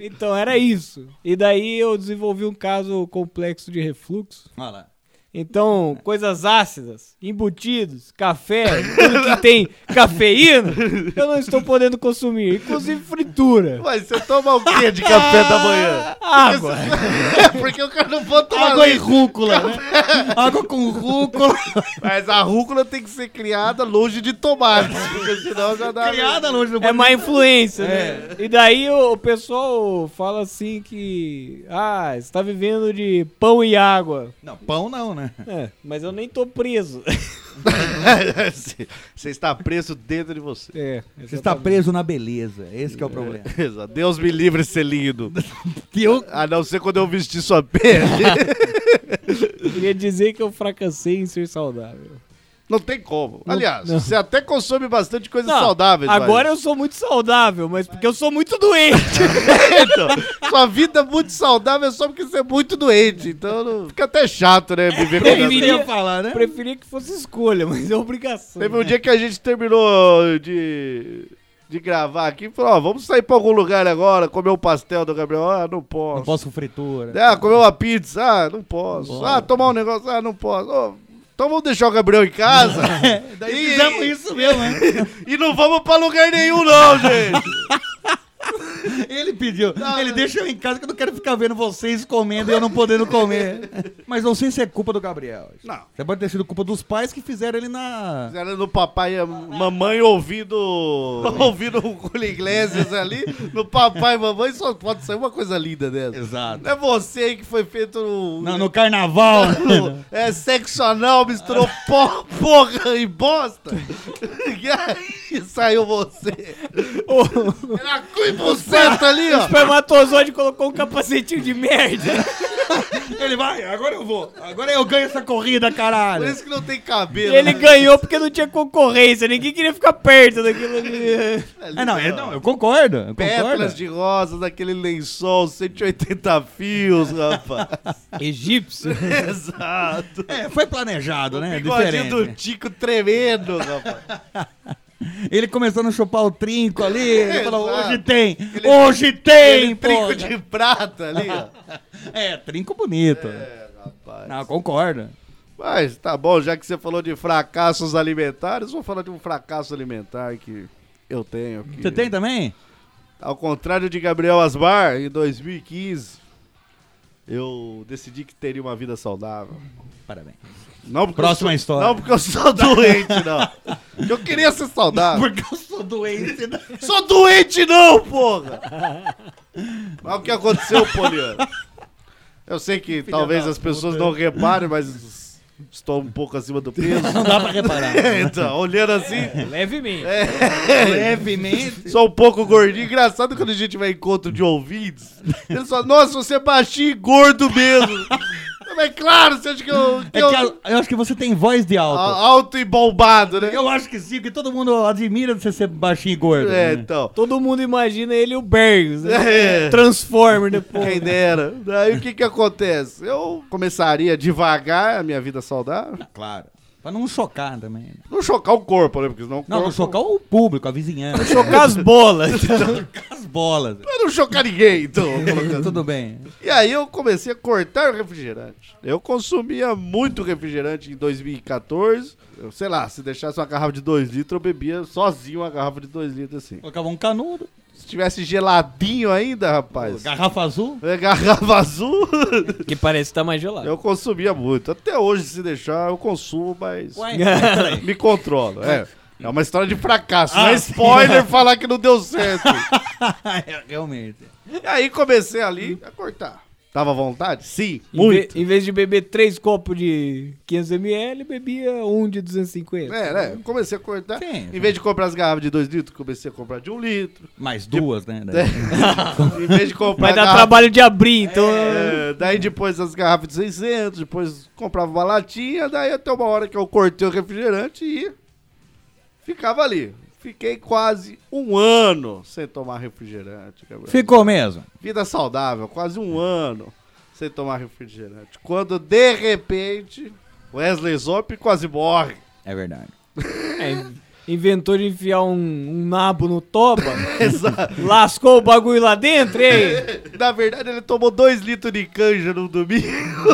S4: Então era isso. E daí eu desenvolvi um caso complexo de refluxo.
S7: Olha lá.
S4: Então, coisas ácidas, embutidos, café, tudo que tem cafeína, eu não estou podendo consumir, inclusive fritura.
S6: Mas você toma o quê de café da manhã?
S4: Água.
S6: É porque o cara não pode tomar
S7: Água e
S6: leite.
S7: rúcula, né? Água com um rúcula.
S6: Mas a rúcula tem que ser criada longe de tomate, porque senão já dá...
S7: Criada longe do
S4: É má influência, né?
S7: É.
S4: E daí o, o pessoal fala assim que. Ah, você tá vivendo de pão e água.
S7: Não, pão não, né?
S4: É, mas eu nem tô preso.
S6: Você está preso dentro de você.
S4: É,
S7: Você tá está preso na beleza. Esse que é o problema.
S6: Beleza, Deus me livre de ser lindo.
S7: Que eu...
S6: A não ser quando eu vestir sua pele.
S4: eu queria dizer que eu fracassei em ser saudável.
S6: Não tem como. Aliás,
S4: não.
S6: você até consome bastante coisas
S4: Não,
S6: saudáveis.
S4: Agora
S6: mas-
S4: eu sou muito saudável, mas porque eu sou muito doente.
S6: Então, sua vida é muito saudável é só porque você é muito doente. Então não- fica até chato, né? Viver com
S4: Eu
S6: essa-
S4: queria-
S7: falar, né?
S4: Preferia que fosse escolha, mas é obrigação.
S6: Teve um dia que a gente terminou de, de gravar aqui e falou: ó, vamos sair pra algum lugar agora, comer um pastel do Gabriel. Ah, não posso.
S7: Não posso com fritura.
S6: Ah, comer uma pizza. Ah, não posso. Ah, tomar um negócio. Ah, não posso. Ô, então vamos deixar o Gabriel em casa.
S7: É, Daí
S6: E-
S7: fizemos isso mesmo, né?
S6: E não vamos pra lugar nenhum, não, gente.
S7: Ele pediu. Ele deixa eu em casa que eu não quero ficar vendo vocês comendo e eu não podendo comer. Mas não sei se é culpa do Gabriel.
S6: Não.
S7: Você pode ter sido culpa dos pais que fizeram ele na...
S6: Era no papai e a mamãe ouvindo. ouvindo o Julio Iglesias ali. No papai e mamãe só pode sair uma coisa linda dessa.
S7: Exato.
S6: Não é você aí que foi feito no.
S7: Não, no carnaval. né?
S6: no- É sexo anal, misturou pó, porra e bosta. E aí saiu você. Era cu e buceta ali,
S4: O
S6: ó.
S4: espermatozoide colocou um capacetinho de merda.
S7: Ele vai, agora eu vou. Agora eu ganho essa corrida, caralho.
S6: Por isso que não tem cabelo. né?
S4: E ele ganhou porque não tinha concorrência. Ninguém queria ficar perto daquilo ali.
S7: É, não, é, não, eu concordo. Eu concordo.
S6: Pétalas de rosa naquele lençol, 180 fios, rapaz.
S4: Egípcio.
S6: Exato.
S7: É, foi planejado, né?
S6: Bigodinho do
S7: Diferente.
S6: Tico tremendo, rapaz.
S7: Ele começando a chupar o trinco ali, ele falou,
S6: Exato.
S7: hoje tem,
S6: Aquele-
S7: hoje tem,
S6: Aquele trinco
S7: porra."
S6: de prata ali, ó.
S7: É, trinco bonito.
S6: É, rapaz.
S7: Não, concordo.
S6: Mas tá bom, já que você falou de fracassos alimentares, vou falar de um fracasso alimentar que eu tenho. que-
S7: Você tem também?
S6: Ao contrário de Gabriel Asbar, em 2015, eu decidi que teria uma vida saudável.
S7: Parabéns.
S6: Não porque eu
S7: Próxima
S6: sou,
S7: história.
S6: Não porque eu sou doente, não. Eu queria ser saudável.
S7: Porque eu sou doente. né?
S6: Sou doente não, porra! Mas o que aconteceu, Poliano? Eu sei que talvez as pessoas não reparem, mas estou um pouco acima do peso.
S7: Não dá pra reparar.
S6: então, olhando assim,
S4: Levemente.
S7: Levemente.
S6: só um pouco gordinho. Engraçado quando a gente vai em encontro de ouvintes, eles falam, nossa, você é baixinho e gordo mesmo. Mas claro, você acha que eu... que
S7: É que
S6: eu-
S7: eu- eu acho que você tem voz de alto.
S6: a- alto e bombado, né?
S7: Eu acho É que sim, porque todo mundo admira você ser baixinho e gordo.
S6: É,
S7: né?
S6: então...
S4: Todo mundo imagina ele o Bergs, né?
S6: É.
S4: Transformer depois.
S6: Quem dera. Daí o que que acontece? Eu começaria devagar a minha vida saudável.
S7: Claro. Pra não chocar também. né?
S6: Não chocar o corpo, né? Porque senão o
S7: Não, não
S6: corpo-
S7: chocar o público, a vizinhança.
S4: Chocar as bolas.
S7: as bolas.
S6: Pra não chocar ninguém, então. colocando.
S7: Tudo bem.
S6: e aí eu comecei a cortar o refrigerante. Eu consumia muito refrigerante em 2014. Eu, sei lá, se deixasse uma garrafa de 2 litros, eu bebia sozinho uma garrafa de 2 litros, assim.
S7: Colocava um canudo,
S6: Se tivesse geladinho ainda, rapaz...
S7: garrafa azul.
S6: é, Garrafa azul,
S4: que parece que tá mais gelado.
S6: eu consumia muito. Até hoje, se deixar, eu consumo, mas...
S7: Ué,
S6: Me controlo, é. É uma história de fracasso. não
S7: Ah,
S6: é spoiler falar que não deu certo. É,
S7: realmente.
S6: e aí comecei ali a cortar. Tava à vontade? Sim,
S4: Em
S6: muito.
S4: ve- Em vez de beber três copos de 500ml, bebia um de 250.
S6: É, né? Comecei a cortar.
S7: Sim.
S6: em vez de comprar as garrafas de 2 litros, comecei a comprar de 1 um litro.
S7: Mais duas, né? daí?
S6: É. em vez de comprar.
S4: Vai dar
S6: garrafa-
S4: trabalho de abrir, então.
S6: É, daí depois as garrafas de 600, depois comprava uma latinha, daí até uma hora que eu cortei o refrigerante e ficava ali. Fiquei quase um ano sem tomar refrigerante, Gabriel.
S7: Ficou mesmo.
S6: Vida saudável, quase um ano sem tomar refrigerante. Quando de repente Wesley Zop quase morre.
S7: É verdade.
S4: é, inventou de enfiar um, um nabo no toba,
S6: Exato.
S4: lascou o bagulho lá dentro, hein?
S6: Na verdade, ele tomou dois litros de canja no domingo.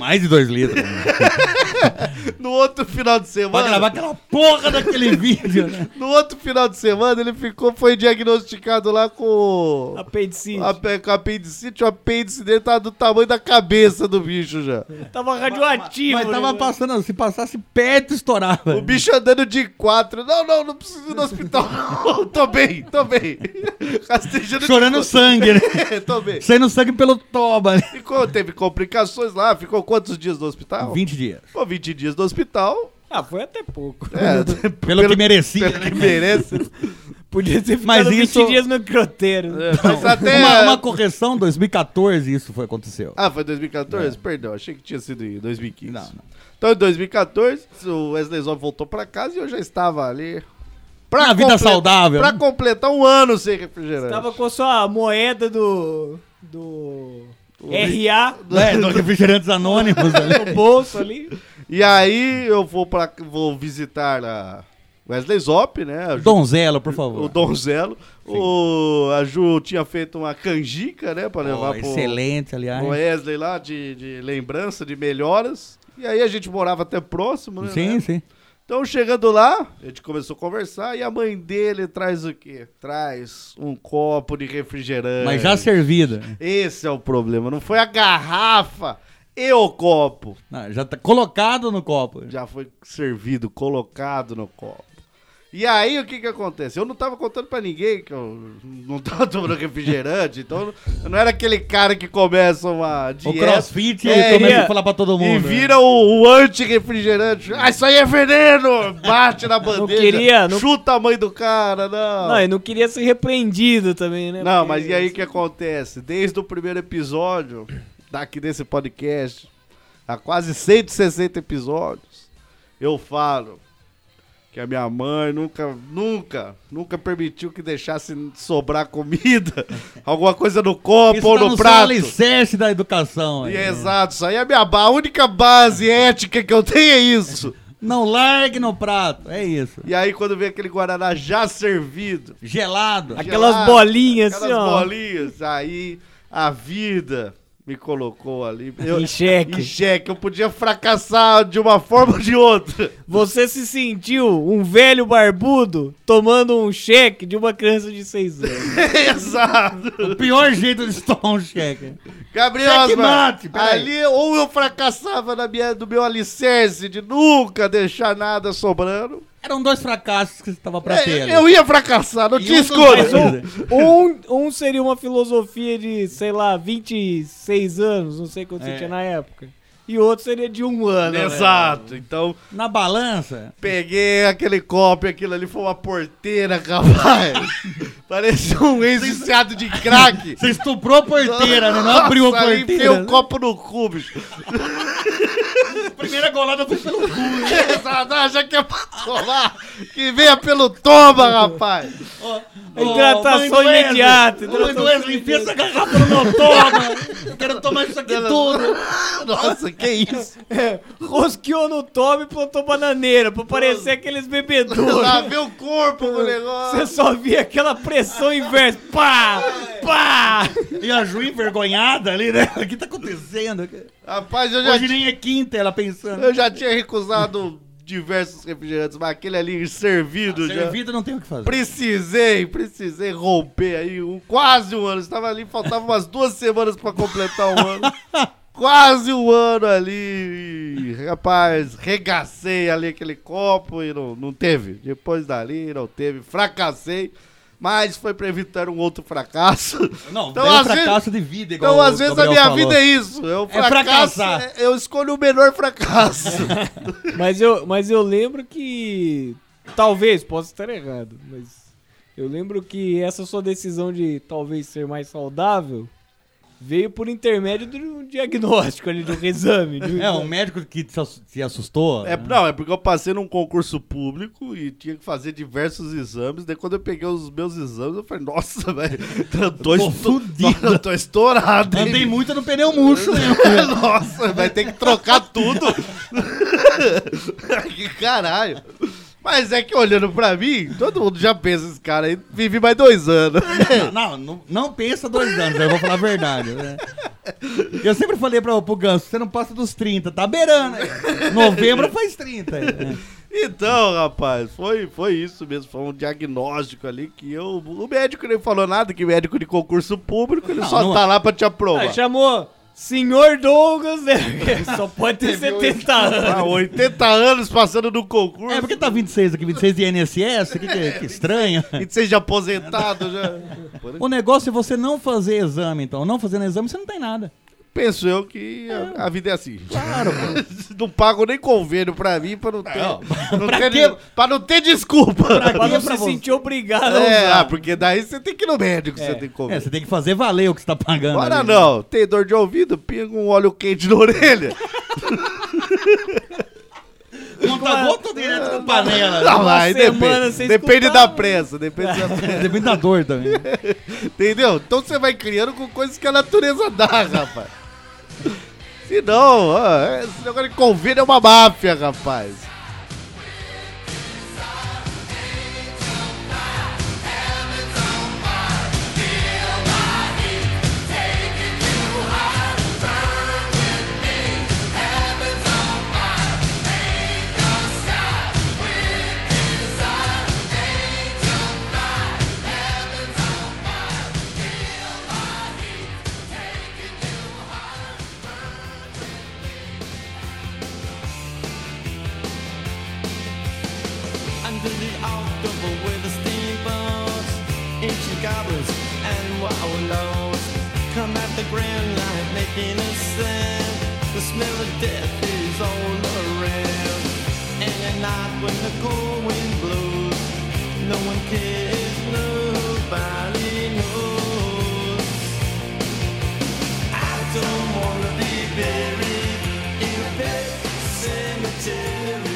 S7: Mais de dois litros. né?
S6: No outro final de
S7: Vai gravar
S6: semana.
S7: aquela porra daquele vídeo, né?
S6: No outro final de semana, ele ficou, foi diagnosticado lá com.
S4: Apendicite.
S6: A, com apendicite, o apêndice dele tava do tamanho da cabeça do bicho já.
S4: Tava radioativo.
S7: Mas tava
S4: né?
S7: passando, se passasse perto, estourava.
S6: O bicho andando de quatro. Não, não, não preciso ir no hospital. Não, tô bem, tô bem. Rastejando de
S7: Chorando
S6: quatro.
S7: sangue, né?
S6: É, tô bem.
S7: Saindo sangue pelo toba. Né?
S6: Ficou, teve complicações lá, ficou quantos dias no hospital?
S7: 20 dias.
S6: Ficou 20 dias no hospital.
S4: Ah, foi até pouco.
S6: É,
S7: Pelo, que merecia. né?
S6: pelo que merece.
S4: Podia ter ficado
S7: Mas
S4: 20
S7: isso-
S4: dias no croteiro.
S6: Mas até.
S7: Uma, uma correção, 2014 isso foi, aconteceu.
S6: Ah, foi 2014? Perdão, achei que tinha sido em 2015.
S7: É. Não, não.
S6: Então em 2014, o Wesley Zop voltou pra casa e eu já estava ali. Pra
S7: Na vida
S6: comple-
S7: saudável,
S6: Pra
S7: né?
S6: completar um ano sem refrigerante.
S4: Tava com a sua moeda do. do. RA
S7: É, do refrigerantes anônimos né? ali.
S4: no bolso ali.
S6: E aí eu vou, pra, vou visitar a Wesley Zop, né? A Ju-
S7: Donzelo, por favor.
S6: O Donzelo. O, a Ju tinha feito uma canjica, né? Pra
S7: Ó,
S6: levar pro,
S7: excelente, aliás.
S6: pro Wesley lá de, de lembrança, de melhoras. E aí a gente morava até próximo, né?
S7: Sim,
S6: né?
S7: sim.
S6: Então chegando lá, a gente começou a conversar e a mãe dele traz o quê? Traz um copo de refrigerante.
S7: Mas já servida.
S6: Esse é o problema, não foi a garrafa e o copo.
S7: Não, já tá colocado no copo.
S6: Já foi servido, colocado no copo. E aí o que que acontece? Eu não tava contando pra ninguém que eu não tava tomando refrigerante, então eu não era aquele cara que começa uma
S7: O
S6: dieta
S7: crossfit
S6: É,
S7: começa
S4: e-
S7: a falar pra todo
S6: e
S7: mundo. né?
S6: vira o, o anti-refrigerante. Ah, isso aí é veneno! Bate na bandeja,
S4: queria, não-
S6: chuta a mãe do cara, não.
S7: é
S4: Não, eu não queria ser repreendido também, né?
S6: Não,
S4: Porque-
S6: mas e aí o que acontece? Desde o primeiro episódio, daqui desse podcast, há quase 160 episódios, eu falo que a minha mãe nunca, nunca, nunca permitiu que deixasse sobrar comida, alguma coisa no copo
S7: Isso
S6: ou
S7: tá
S6: no,
S7: no seu
S6: prato.
S7: alicerce da educação.
S6: E
S7: aí,
S6: é
S7: né?
S6: Exato, isso aí é a minha ba- a única base ética que eu tenho é isso.
S7: Não largue no prato. É isso.
S6: E aí quando vem aquele guaraná já servido,
S7: Gelado.
S4: Aquelas
S6: gelado,
S4: bolinhas
S6: aquelas
S4: assim, ó.
S6: bolinhas, aí a vida me colocou ali eu,
S4: Em xeque.
S6: em xeque. Eu podia fracassar de uma forma ou de outra.
S4: Você se sentiu um velho barbudo tomando um cheque de uma criança de 6 anos.
S6: Exato.
S7: O pior jeito de tomar um cheque.
S6: Gabriel Osmar,
S7: Checkmate, peraí.
S6: ali ou eu fracassava na minha, no meu alicerce de nunca deixar nada sobrando.
S7: Eram dois fracassos que você tava pra
S6: É,
S7: ter. ali.
S6: eu ia fracassar, não
S7: E
S6: tinha
S7: um dos
S6: escolha.
S7: dois-
S4: Um, um seria uma filosofia de, sei lá, 26 anos, não sei quanto
S7: É.
S4: você tinha na época. E outro seria de um ano. né?
S6: Exato, então
S7: Na balança,
S6: peguei aquele copo e aquilo ali foi uma porteira, rapaz. Parecia um ex-viciado de crack.
S7: você estuprou a porteira, né? Não abriu a
S6: Nossa, ali enfiei
S7: porteira. né?
S6: o copo no cu, bicho.
S7: Primeira golada foi pelo cu.
S6: Exato, ah, já que é pra tomar, que venha pelo toma, rapaz.
S4: A hidratação imediata.
S7: Mãe do
S4: hidratação
S7: Wesley, enfia essa garrafa no meu toma. Eu quero tomar isso aqui tudo.
S6: Nossa, que isso.
S4: É, rosqueou no toba e plantou bananeira pra parecer aqueles bebedouros.
S6: Lavei o corpo com o
S7: É.
S6: negócio.
S4: Você só via aquela pressão inversa. Pá! Pá!
S7: E a Ju envergonhada ali, né? O que tá acontecendo?
S6: Rapaz, eu já,
S7: Hoje nem é quinta, ela pensando.
S6: eu já tinha recusado diversos refrigerantes, mas aquele ali servido já.
S7: Servida não tem o que fazer.
S6: Precisei, precisei romper aí um, quase um ano. Estava ali, faltava umas duas semanas pra completar um ano. quase um ano ali. e, Rapaz, regacei ali aquele copo e não, não teve. Depois dali, não teve. Fracassei. Mas foi pra evitar um outro fracasso.
S7: Não,
S6: Então,
S7: então, é um
S6: às vezes-
S7: fracasso de vida, igual
S6: Então,
S7: o
S6: às vezes, a
S7: Gabriel
S6: minha
S7: falou.
S6: vida é isso. Eu fracasso,
S7: fracassar.
S6: é- eu escolho o menor fracasso.
S4: Mas eu, mas eu lembro que. Talvez, posso estar errado, mas. Eu lembro que essa sua decisão de talvez ser mais saudável veio por intermédio de um diagnóstico ali, de um exame. de um
S7: É, um
S4: exame.
S7: médico que se assu- se assustou.
S6: É,
S7: né?
S6: não, é porque eu passei num concurso público e tinha que fazer diversos exames. Daí quando eu peguei os meus exames, eu falei, nossa, velho, eu tô,
S7: Tô
S6: esto-
S7: fudido.
S6: eu tô estourado. hein?
S7: Andei muito no pneu murcho, né?
S6: nossa, vai ter que trocar tudo. que caralho. Mas é que olhando pra mim, todo mundo já pensa esse cara aí, vive mais dois anos.
S7: Não, não, não, não pensa dois anos, eu vou falar a verdade. né? Eu sempre falei pra, pro Ganso, você não passa dos 30, tá beirando. né? Novembro faz 30. né?
S6: Então, rapaz, foi, foi isso mesmo. Foi um diagnóstico ali que eu. O médico nem falou nada, que médico de concurso público, ele
S7: Não,
S6: só
S7: não- é.
S6: tá lá pra te aprovar.
S4: Ah, chamou Senhor Douglas, né? Só pode ter 70 anos.
S6: Tá 80 anos passando no concurso.
S7: É, porque tá 26 aqui, 26 de INSS, que, que, que estranho.
S6: E seja aposentado né? já.
S7: O negócio é você não fazer exame, então. Não fazendo exame, você não tem nada.
S6: Penso eu que a, a vida é assim.
S7: Claro, pô.
S6: Não pago nem convênio pra mim, pra não ter.
S7: ó,
S6: não
S7: pra
S6: ter
S7: quê?
S6: nem- pra não ter desculpa.
S4: Pra não
S7: E pra
S4: se
S7: você?
S4: sentir obrigado a
S6: É, ah,
S4: usar.
S6: porque daí você tem que ir no médico, você tem que
S7: É,
S6: comer.
S7: você tem que fazer valer o que você tá pagando.
S6: Agora
S7: ali.
S6: não, tem dor de ouvido, pinga um óleo quente na orelha.
S7: Conta gota direto com panela.
S6: Não, vai,
S4: semana
S6: Ah, depende.
S4: sem
S6: Depende
S4: escutar.
S6: da pressa, depende da pressa.
S7: É, Depende da dor também.
S6: Entendeu? Então você vai criando com coisas que a natureza dá, rapaz. Se não, ó, esse negócio de convênio é uma máfia, rapaz.
S2: Under the October with the steamboats, ancient goblins and wallows. Come at the grand line making a sound. The smell of death is all around. And at night when the cold wind blows, no one cares, nobody knows. I don't wanna be buried in a pet cemetery.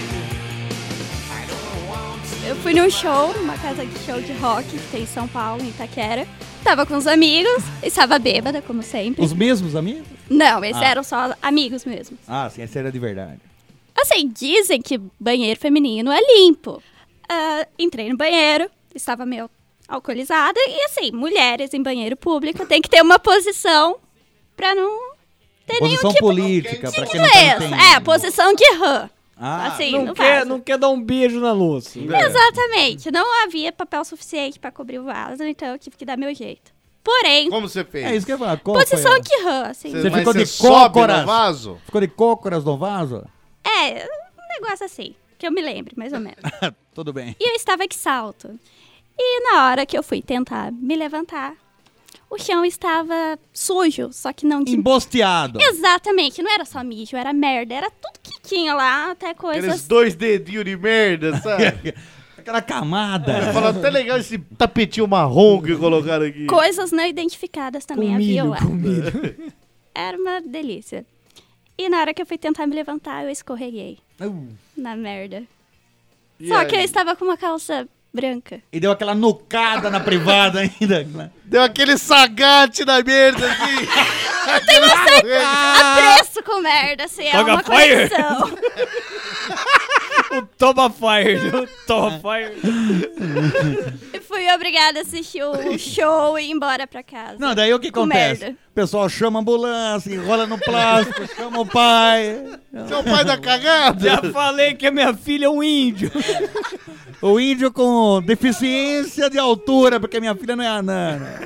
S8: Eu fui num show, numa casa de show de rock que tem em São Paulo, em Itaquera. Tava com os amigos, estava bêbada, como sempre.
S7: Os mesmos amigos?
S8: Não, eles
S7: Ah.
S8: eram só amigos mesmo.
S7: Ah, sim, essa era de verdade.
S8: Assim, dizem que banheiro feminino é limpo. Ah, entrei no banheiro, estava meio alcoolizada. E assim, mulheres em banheiro público tem que ter uma posição pra não ter
S7: Posição
S8: nenhum tipo...
S7: política, pra quem não tá
S8: Inglês.
S7: entendendo.
S8: É, posição de rã.
S7: Ah,
S8: assim,
S4: Não,
S8: não
S4: quer,
S8: vaza.
S4: não quer dar um beijo na louça.
S8: Exatamente. Não havia papel suficiente pra cobrir o vaso, então eu tive que dar meu jeito. Porém,
S6: Como você fez?
S7: É isso que eu ia falar. qual foi
S8: posição
S7: a-
S8: que rã, assim.
S6: Você,
S7: Você
S6: mas
S7: ficou
S6: você
S7: de
S6: sobe
S7: cócoras.
S6: no vaso?
S7: Ficou de cócoras no vaso?
S8: É, um negócio assim, que eu me lembro, mais ou menos.
S7: Tudo bem.
S8: E eu estava que salto. E na hora que eu fui tentar me levantar, o chão estava sujo, só que não de...
S7: Embosteado.
S8: Exatamente, não era só mijo, era merda, era tudo que tinha lá, até
S6: Aqueles
S8: coisas...
S6: dois dedinhos de merda, sabe?
S7: Aquela camada.
S6: Fala até legal esse tapetinho marrom que colocaram aqui.
S8: Coisas não identificadas também
S4: Com
S8: havia
S4: milho,
S8: lá.
S4: com milho.
S8: Era uma delícia. E na hora que eu fui tentar me levantar, eu escorreguei. Na merda.
S6: E
S8: Só
S6: aí?
S8: que eu estava com uma calça branca.
S7: E deu aquela nucada na privada ainda.
S6: Deu aquele sagate na merda assim. Tem
S8: Apreço com merda, assim, é
S4: Toca
S8: uma
S4: Ah! fire!
S8: conexão.
S4: O Toma Fire, o
S7: É.
S4: Toma Fire.
S8: E fui obrigada a assistir o show e ir embora pra casa.
S7: Não, daí o que
S8: Com
S7: acontece?
S8: merda.
S7: O pessoal chama a ambulância, enrola no plástico, chama o pai.
S6: Seu pai da cagada?
S4: Já falei que a minha filha é um índio.
S7: O índio com deficiência de altura, porque minha filha não é anana.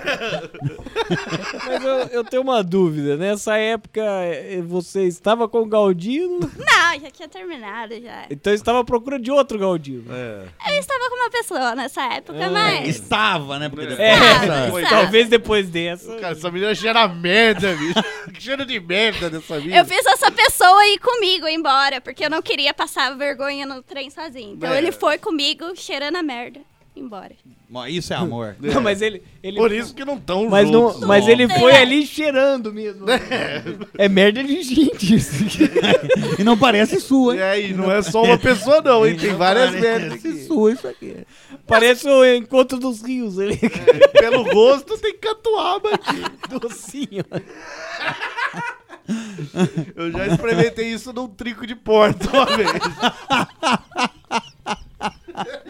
S4: Mas eu, eu tenho uma dúvida. Nessa época, eh, você estava com o Galdino,
S8: Não, já tinha terminado, já.
S4: então estava à procura de outro Galdino.
S8: Eu estava com uma pessoa nessa época,
S6: É.
S8: mas...
S7: Estava, né? Porque depois
S4: É,
S7: dessa-
S8: Sabe?
S4: talvez depois dessa.
S6: Cara, essa menina cheira a merda, bicho. Que cheiro de merda dessa mina.
S8: Eu fiz essa pessoa ir comigo embora, porque eu não queria passar vergonha no trem sozinho. Então
S6: É.
S8: ele foi comigo, cheirando a merda, embora.
S7: Bom, Isso é amor.
S4: Não, mas ele. ele
S6: Por isso que não tão
S4: mas,
S6: juntos. Né?
S4: não, mas ele
S8: Não.
S4: foi ali cheirando mesmo. É merda de gente isso.
S7: E não parece sua, hein?
S6: É, e não é só uma pessoa não, hein? Tem várias merdas
S7: Parece
S6: aqui.
S7: sua isso aqui.
S4: Parece o encontro dos rios ali.
S6: Pelo gosto tem catuaba aqui.
S4: Docinho.
S6: Eu já experimentei isso num trinco de porta uma vez.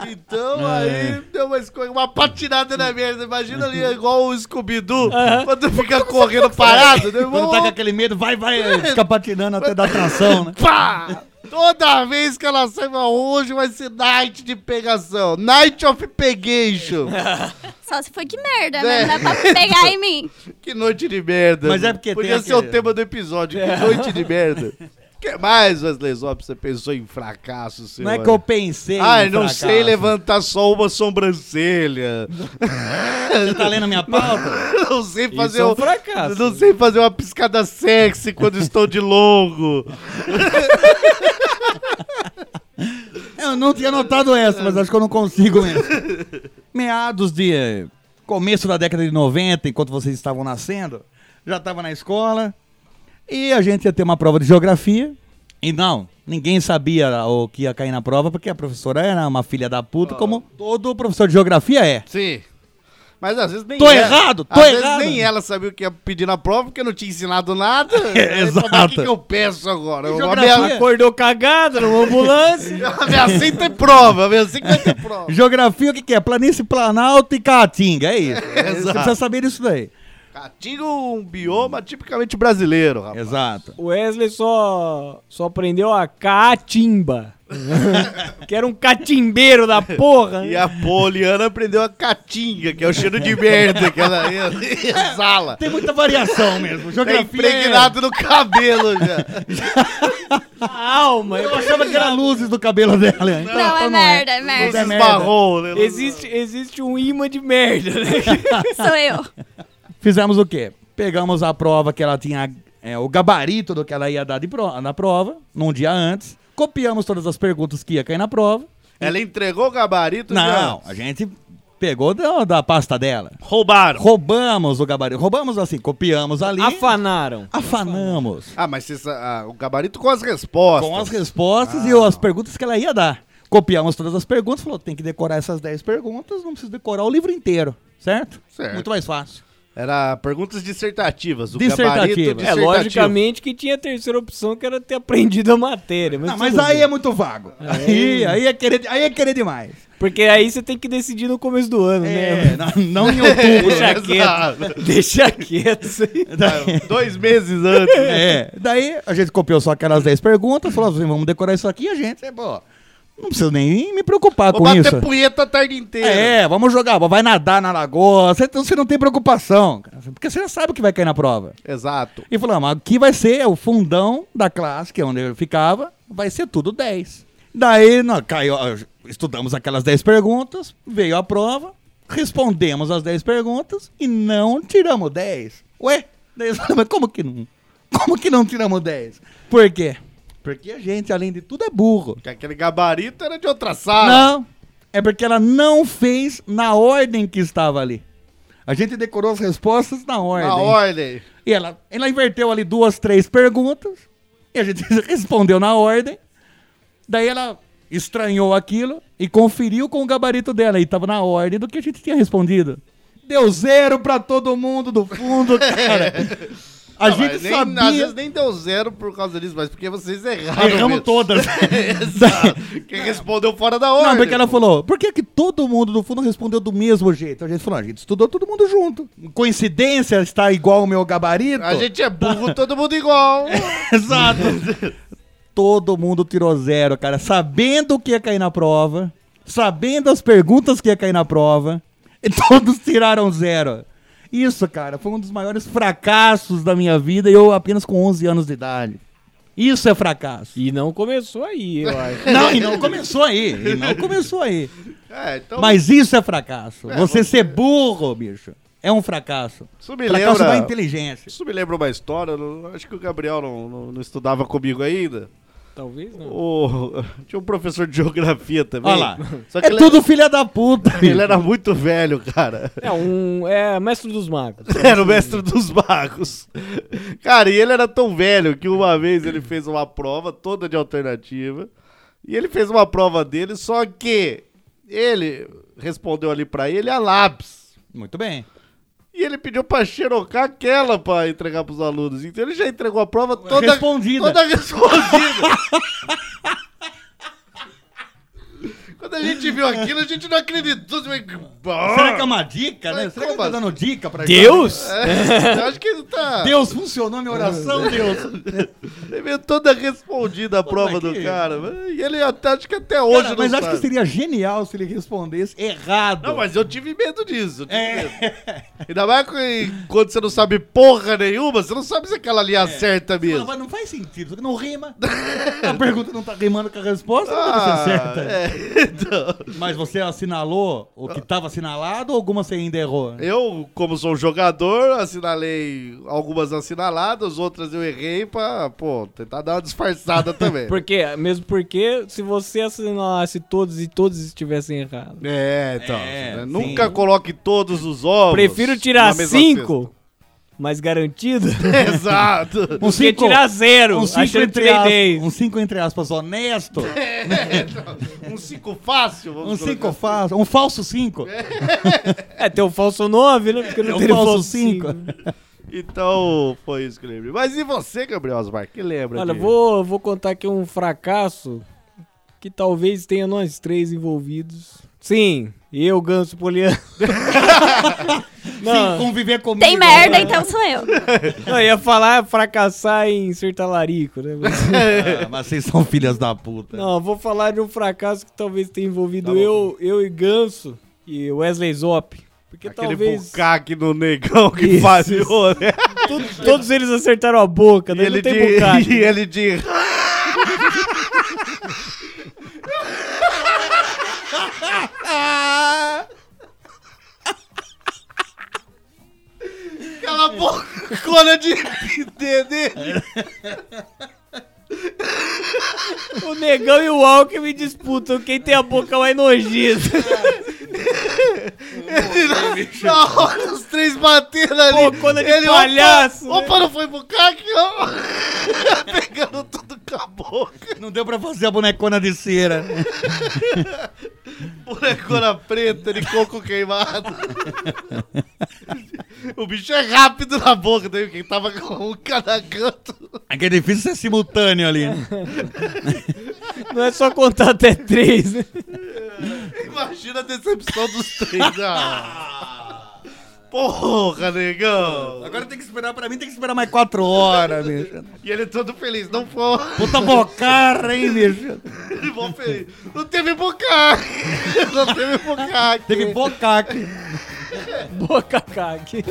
S6: Então
S7: É.
S6: aí deu uma, esco- uma patinada na merda. Imagina ali, igual o Scooby-Doo, quando fica correndo parado, né?
S7: Quando tá com aquele medo, vai, vai, fica patinando até dar tração, né?
S6: Pá! Toda vez que ela sai, mas hoje vai ser night de pegação. Night of pegation.
S8: Só se foi que merda,
S6: É.
S8: né? Não dá pra pegar em mim.
S6: Que noite de merda.
S7: Mas é porque
S6: Podia
S7: tem
S6: ser
S7: aquele- É.
S6: o tema do episódio. Que noite de merda. O que mais, Wesley Zop, você pensou em fracasso, seu?
S7: Não é que eu pensei.
S6: Ai,
S7: em
S6: não
S7: fracasso.
S6: sei levantar só uma sobrancelha.
S7: Você tá lendo a minha pauta?
S6: não sei fazer
S4: é um
S6: um-
S4: fracasso.
S6: Não sei fazer uma piscada sexy quando estou de longo.
S7: Eu não tinha notado essa, mas acho que eu não consigo mesmo. Meados de eh, começo da década de 90, enquanto vocês estavam nascendo, já estava na escola e a gente ia ter uma prova de geografia. E não, ninguém sabia o que ia cair na prova, porque a professora era uma filha da puta, como todo professor de geografia é.
S6: Sim. Mas às vezes nem
S7: Tô
S6: ela-
S7: errado, tô
S6: às
S7: errado.
S6: Vezes nem ela sabia o que ia pedir na prova, porque não tinha ensinado nada.
S7: É,
S6: Aí,
S7: exato.
S6: mas O que, que eu peço agora? Eu
S7: geografia?
S6: amea-
S4: Acordou cagada numa ambulância.
S6: ameacei ter assim prova, ameacei que vai ter prova.
S7: Geografia o que, que é? Planície, Planalto e Caatinga, é isso. Você precisa saber disso daí.
S6: Caatinga é um bioma tipicamente brasileiro, rapaz.
S7: Exato.
S4: O Wesley só, só aprendeu a catimba. que era um catimbeiro da porra.
S6: E a Poliana aprendeu a caatinga, que é o cheiro de merda que ela exala.
S7: Tem muita variação mesmo.
S6: Tá
S7: Geografia é...
S6: impregnado no cabelo já.
S4: A alma.
S7: Eu achava que era luzes do cabelo dela. hein?
S8: Não, é
S7: Então
S8: merda, é
S7: Luzes
S8: merda.
S6: Esbarrou, né?
S4: Existe, existe um imã de merda, né?
S8: Sou eu.
S7: Fizemos o quê? Pegamos a prova que ela tinha, é, o gabarito do que ela ia dar de pro- na prova, num dia antes. Copiamos todas as perguntas que ia cair na prova.
S6: Ela entregou o gabarito
S7: Não,
S6: já.
S7: a gente pegou da, da pasta dela.
S6: Roubaram.
S7: Roubamos o gabarito. Roubamos assim, copiamos ali.
S4: Afanaram.
S7: Afanamos.
S6: Ah, mas você sa- ah, o gabarito com as respostas.
S7: Com as respostas e as perguntas que ela ia dar. Copiamos todas as perguntas, falou, tem que decorar essas 10 perguntas, não precisa decorar o livro inteiro, certo?
S6: Certo.
S7: Muito mais fácil.
S6: Era perguntas dissertativas. O gabarito
S7: Dissertativas.
S6: dissertativo.
S4: É, logicamente que tinha a terceira opção, que era ter aprendido a matéria. Mas,
S7: Ah, mas
S4: tudo
S7: aí
S4: bem.
S7: é muito vago. Aí, aí, é, querer, aí é querer demais.
S4: Porque aí você tem que decidir no começo do ano, né?
S7: É, não, não em
S6: É.
S7: outubro. né?
S4: Deixa quieto. Deixa quieto isso aí.
S6: Ah, Dois meses antes.
S7: é, daí a gente copiou só aquelas 10 perguntas, falou assim, vamos decorar isso aqui e a gente, é, pô, Não preciso nem me preocupar
S6: Vou
S7: com
S6: bater
S7: isso.
S6: punheta a tarde inteira.
S7: É, vamos jogar, vai nadar na lagoa, você- então você não tem preocupação, cara, porque você já sabe o que vai cair na prova.
S6: Exato.
S7: E falamos, aqui vai ser é o fundão da classe, que é onde eu ficava, vai ser tudo 10. Daí, nós caiu, estudamos aquelas 10 perguntas, veio a prova, respondemos as 10 perguntas e não tiramos 10. Ué, daí eu falei, mas como que não? Como que não tiramos 10? Por quê? Porque a gente, além de tudo, é burro.
S6: Porque aquele gabarito era de outra sala.
S7: Não, é porque ela não fez na ordem que estava ali. A gente decorou as respostas na ordem.
S6: Na ordem.
S7: E ela, ela inverteu ali duas, três perguntas. E a gente respondeu na ordem. Daí ela estranhou aquilo e conferiu com o gabarito dela. E tava na ordem do que a gente tinha respondido. Deu zero pra todo mundo do fundo, cara. A
S6: Não,
S7: gente
S6: mas nem-
S7: sabia.
S6: Às vezes nem deu zero por causa disso, mas porque vocês erraram.
S7: Erramos
S6: mesmo.
S7: todas.
S6: Exato. Quem respondeu fora da ordem.
S7: Não, porque ela falou, por que, que todo mundo do fundo respondeu do mesmo jeito? A gente falou, a gente estudou todo mundo junto. Coincidência está igual o meu gabarito?
S6: A gente é burro, todo mundo igual.
S7: É. Exato. todo mundo tirou zero, cara. Sabendo o que ia cair na prova, sabendo as perguntas que ia cair na prova, e todos tiraram zero. Isso, cara, foi um dos maiores fracassos da minha vida e eu apenas com 11 anos de idade. Isso é fracasso.
S4: E não começou aí, eu acho.
S7: Não, e não começou aí. E não começou aí.
S6: É, então
S7: Mas isso é fracasso. você ser burro, bicho, é um fracasso.
S6: isso me
S7: fracasso
S6: lembra.
S7: da inteligência.
S6: Isso me lembra uma história, não- acho que o Gabriel não, não- não estudava comigo ainda.
S4: Talvez não.
S6: O- tinha um professor de geografia também.
S7: Olha lá.
S6: Só que
S7: É
S6: ele,
S7: tudo filha da puta. bicho.
S6: ele era muito velho, cara.
S4: É um. É mestre dos magos.
S6: Era o mestre dos magos. Cara, e ele era tão velho que uma vez ele fez uma prova toda de alternativa. E ele fez uma prova dele, só que ele respondeu ali pra ele a lápis.
S7: Muito bem.
S6: E ele pediu pra xerocar aquela pra entregar pros alunos. Então ele já entregou a prova toda
S7: Respondida.
S6: Toda respondida. Quando a gente viu aquilo, a gente não acreditou.
S7: Será que é uma dica,
S6: Ah. Mas
S7: né? Será que
S6: como
S7: tá
S6: assim?
S7: dando dica pra
S4: Deus?
S6: É, eu acho que ele tá.
S7: Deus, funcionou minha oração, Deus.
S6: Né? Ele veio toda respondida a prova do
S7: que-
S6: cara. E ele até, acho que até hoje
S7: Cara,
S6: não
S7: mas
S6: sabe.
S7: acho que seria genial se ele respondesse errado.
S6: Não, mas eu tive medo disso. Eu tive
S7: É.
S6: medo. Ainda mais que quando você não sabe porra nenhuma, você não sabe se aquela ali acerta
S7: Não,
S6: mesmo.
S7: É. mas não faz sentido, isso aqui não rima. a pergunta não tá rimando com a resposta, não dá pra
S6: Ah,
S7: ser certa.
S6: é, então.
S7: Mas você assinalou o que tava assinalado ou alguma você ainda errou? Um
S6: Eu, como sou um jogador, assinalei algumas assinaladas, outras eu errei pra, pô, tentar dar uma disfarçada também.
S4: É. Porque, mesmo porque, se você assinalasse todos e todos estivessem errados.
S6: É, então.
S7: É,
S6: né,
S7: sim.
S6: Nunca coloque todos os ovos.
S4: Prefiro tirar
S6: na mesma
S4: cinco, mas garantido,
S6: cesta. Exato.
S7: Um
S4: que tirar zero,
S7: um
S4: um
S7: cinco
S4: achando
S7: entre
S4: 3
S7: aspas,
S4: 10.
S7: um cinco entre aspas honesto,
S6: Um É, cinco fácil, vamos
S7: um
S6: colocar.
S7: cinco falso, um falso cinco.
S4: É, tem o falso 9, né? Porque
S7: É
S4: não
S7: um
S4: tem o
S7: falso
S4: falso
S7: cinco.
S4: 5.
S6: Então, foi isso que eu lembrei. Mas e você, Gabriel Osmar? Que lembra?
S4: Olha,
S6: de-
S4: vou, vou contar aqui um fracasso que talvez tenha nós três envolvidos. Sim, eu, Ganso Poliano.
S7: Sim,
S4: não,
S7: conviver comigo. né?
S8: Tem merda, então sou eu.
S4: não, eu ia falar fracassar em ser talarico, né? Mas-
S7: Ah, mas vocês são filhas da puta.
S4: Não, eu vou falar de um fracasso que talvez tenha
S6: Tá
S4: envolvido eu, eu e Ganso e Wesley Zop. Porque
S6: Aquele
S4: talvez
S6: bucaque no negão que
S4: Isso,
S6: falhou, né?
S4: to- todos eles acertaram a boca,
S6: E
S4: né?
S6: ele,
S4: Não tem
S6: de...
S4: bucate.
S6: e ele de... Aquela bocona de... dele.
S4: O Negão e o Alckmin disputam quem tem a boca mais nojenta.
S6: Na hora, os três batendo ali.
S4: Bocona é de
S6: ele,
S4: palhaço,
S6: Opa,
S4: né?
S6: opa, não foi bucaque, ó. Pegando tudo com a boca.
S7: Não deu pra fazer a bonecona de cera.
S6: Bonecona preta de coco queimado. o bicho é rápido na boca, daí quem tava com um cada canto.
S7: É que é difícil ser simultâneo ali. né?
S4: Não é só contar até três, né?
S6: Imagina a decepção dos três. Ah. Porra, negão!
S7: Agora tem que esperar, pra mim tem que esperar mais quatro horas, bicho.
S6: E ele todo feliz, não foi.
S7: Puta bocarra, hein, bicho.
S6: Mó feliz. Não teve bocaque! Não teve bocaque!
S7: Teve bocaque.
S4: Boca cague.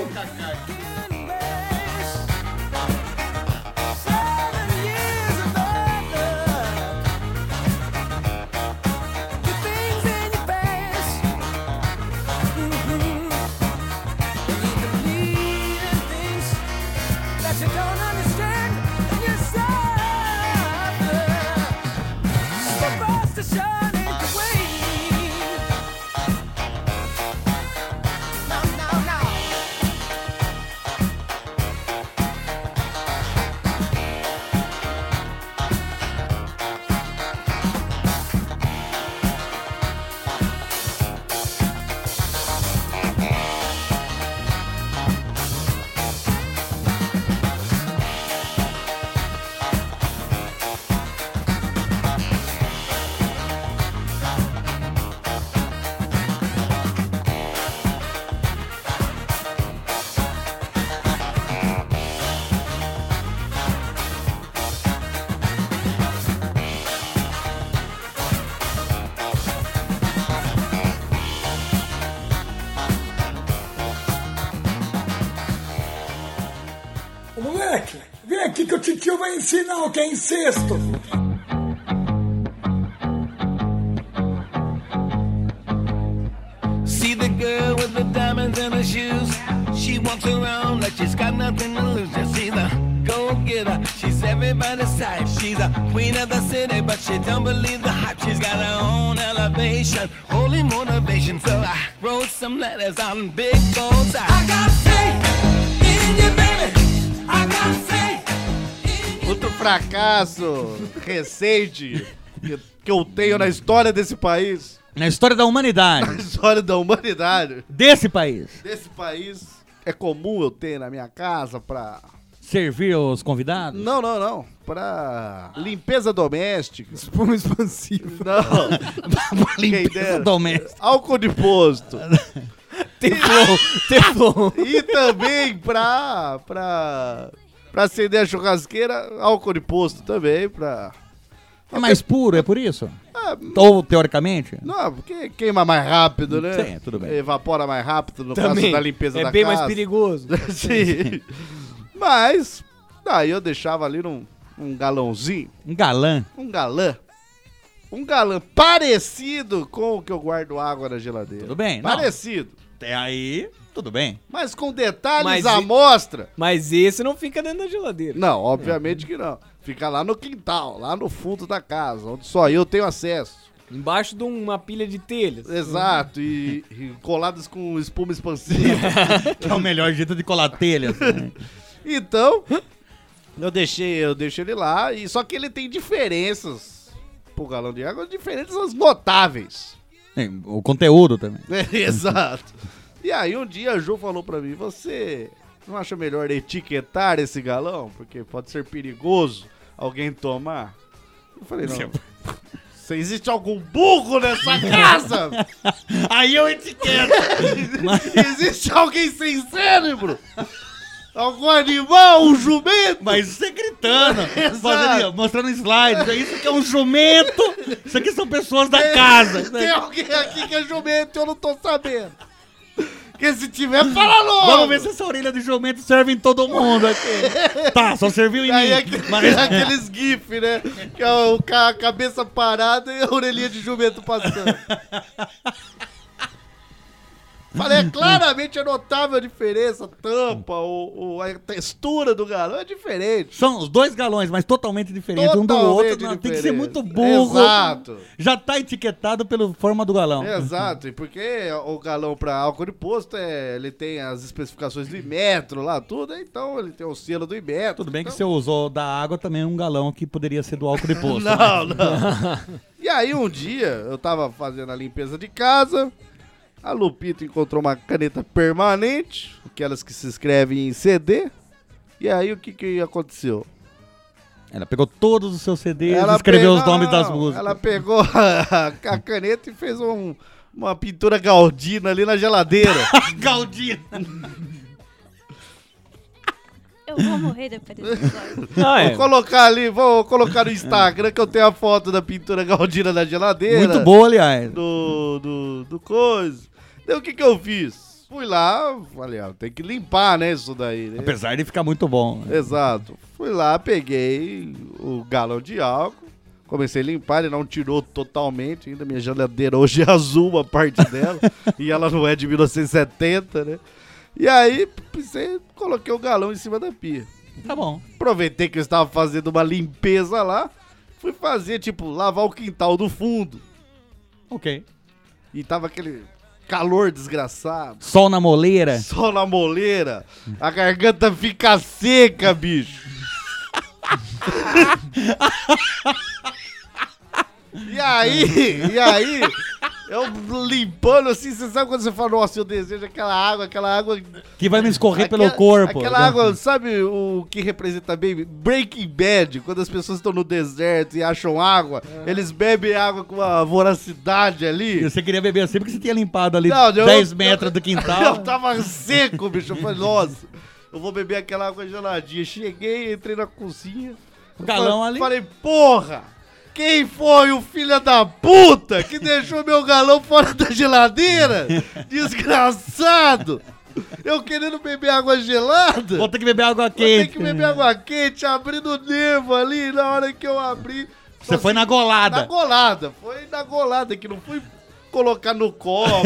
S3: Ô, moleque, vem aqui que o titio vai ensinar o que é incesto.
S2: See the girl with the diamonds in her shoes. She walks around like she's got nothing to lose. Just see the go getter. She's everybody's type. She's a queen of the city, but she don't believe the hype. She's got her own elevation, holy motivation. So I wrote some letters on big goals. I got faith in you, baby. I got faith. in you.
S6: Outro fracasso recente que, que eu tenho na história desse país,
S7: Na história da
S6: na
S7: humanidade,
S6: história da humanidade,
S7: desse país,
S6: desse país, é comum eu ter na minha casa pra.
S7: servir os convidados?
S6: Não, não, não. Pra limpeza doméstica.
S4: Espuma expansiva.
S6: Não,
S7: Limpeza
S6: dera.
S7: doméstica.
S6: álcool de posto.
S4: Teflon, teflon.
S6: E também pra. pra. pra acender a churrasqueira, álcool de posto também, pra.
S7: É mais puro, é por isso?
S6: Ah,
S7: Ou, teoricamente?
S6: Não, porque queima mais rápido, né?
S7: Sim, tudo bem.
S6: Evapora mais rápido no caso
S4: Também.
S6: da limpeza
S4: é
S6: da
S4: bem
S6: casa.
S4: mais perigoso.
S6: Sim. Mas, daí eu deixava ali num, um galãozinho,
S7: Um galã.
S6: um galã. Um galã parecido com o que eu guardo água na geladeira.
S7: Tudo bem, não.
S6: Parecido.
S7: Até aí, tudo bem.
S6: Mas com detalhes
S4: Mas
S6: à
S4: e-
S6: mostra.
S4: Mas esse não fica dentro da geladeira.
S6: Não, obviamente que não. Fica lá no quintal, lá no fundo da casa, onde só eu tenho acesso.
S4: Embaixo de uma pilha de telhas.
S6: Exato, e, e coladas com espuma expansiva.
S7: Que é o melhor jeito de colar telhas. né?
S6: Então, eu deixei, eu deixei ele lá, e só que ele tem diferenças pro galão de água, diferenças notáveis.
S7: É, o conteúdo também.
S6: né? Exato. E aí um dia a Ju falou pra mim, você não acha melhor etiquetar esse galão? Porque pode ser perigoso alguém tomar. Eu falei, não. Se existe algum burro nessa casa,
S7: Aí eu etiqueto.
S6: existe alguém sem cérebro, algum animal, um jumento.
S7: Mas você gritando,
S6: Exato.
S7: fazendo, mostrando slides. é Isso que é um jumento. Isso aqui são pessoas da casa.
S6: É,
S7: Né?
S6: Tem alguém aqui que é jumento, eu não tô sabendo. Porque se tiver, fala logo.
S7: Vamos ver se essa orelha de jumento serve em todo mundo aqui. Tá, só serviu em
S6: Aí
S7: mim.
S6: é aquele-
S7: Mas-
S6: aqueles gif, né? Que é o ca a cabeça parada e a orelhinha de jumento passando. Falei, é claramente é notável a diferença, a tampa, o, o- a textura do galão é diferente.
S7: São os dois galões, mas totalmente diferentes um do outro.
S6: Totalmente
S7: não, tem que
S6: diferente.
S7: ser muito burro.
S6: Exato.
S7: Já tá etiquetado pela forma do galão.
S6: Exato, e porque o galão pra álcool de posto, é, ele tem as especificações do Imetro lá, tudo, então ele tem o selo do Imetro.
S7: Tudo bem que
S6: então-
S7: você usou da água também um galão que poderia ser do álcool de poço. né?
S6: Não, não. e aí um dia eu tava fazendo a limpeza de casa, a Lupita encontrou uma caneta permanente, aquelas que se escrevem em CD. E aí o que que aconteceu?
S7: Ela pegou todos os seus CDs e escreveu
S6: pegou-
S7: os nomes
S6: não,
S7: das
S6: não,
S7: músicas.
S6: Ela pegou a, a caneta e fez um, Uma pintura galdina ali na geladeira.
S7: Galdino.
S8: Eu vou morrer depois desse episódio.
S4: Não, é.
S6: Vou colocar ali, vou colocar no Instagram que eu tenho a foto da pintura galdina na geladeira.
S7: Muito boa, aliás.
S6: do, do, do coisa. Daí o que que eu fiz? Fui lá, falei, ah, tem que limpar, né, isso daí, né?
S7: Apesar de ficar muito bom.
S6: Exato. Fui lá, peguei o galão de álcool, comecei a limpar, ele não tirou totalmente ainda, minha geladeira hoje é azul a parte dela, e ela não é de 1970, né? E aí, pensei, coloquei o galão em cima da pia.
S7: Tá bom.
S6: Aproveitei que eu estava fazendo uma limpeza lá, fui fazer, tipo, lavar o quintal do fundo.
S7: Ok.
S6: E tava aquele calor desgraçado.
S7: Sol na moleira.
S6: Sol na moleira. A garganta fica seca, bicho. e aí, e aí, eu limpando assim, você sabe quando você fala, nossa, eu desejo aquela água, aquela água.
S7: Que vai me escorrer pelo
S6: aquela-
S7: corpo. né?"
S6: Aquela água, sabe o que representa bem? Breaking Bad, quando as pessoas estão no deserto e acham água, eles bebem água com uma voracidade ali.
S7: É. E Você queria beber assim porque você tinha limpado ali
S6: Não, eu-
S7: 10 metros do quintal.
S6: Eu tava seco, bicho. Eu falei, nossa, eu vou beber aquela água geladinha. Cheguei, entrei na cozinha.
S7: O galão
S6: fa-
S7: ali.
S6: Falei, porra! Quem foi o filho da puta que deixou meu galão fora da geladeira? Desgraçado! Eu querendo beber água gelada.
S7: Vou ter que beber água
S6: vou ter
S7: quente.
S6: que beber água quente, abrindo o nervo ali. Na hora que eu abri.
S7: Você foi na golada.
S6: Na golada, foi na golada, que não fui colocar no copo,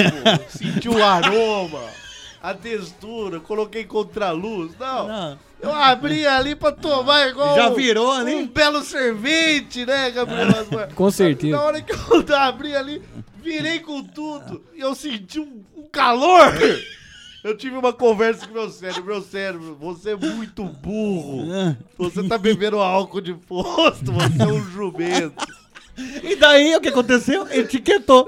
S6: sentir o aroma, a textura, coloquei contra a luz, não.
S7: Não.
S6: Eu abri ali pra tomar igual.
S7: Já
S6: um-
S7: virou ali?
S6: Um belo sorvete, né, Gabriel? Asmar?
S4: Com certeza.
S6: Na hora que eu abri ali, virei com tudo e eu senti um, um calor. Eu tive uma conversa com meu cérebro. Meu cérebro, você é muito burro.
S7: Ah."
S6: Você tá bebendo álcool de posto, você é um jumento.
S7: E daí o que aconteceu? Etiquetou.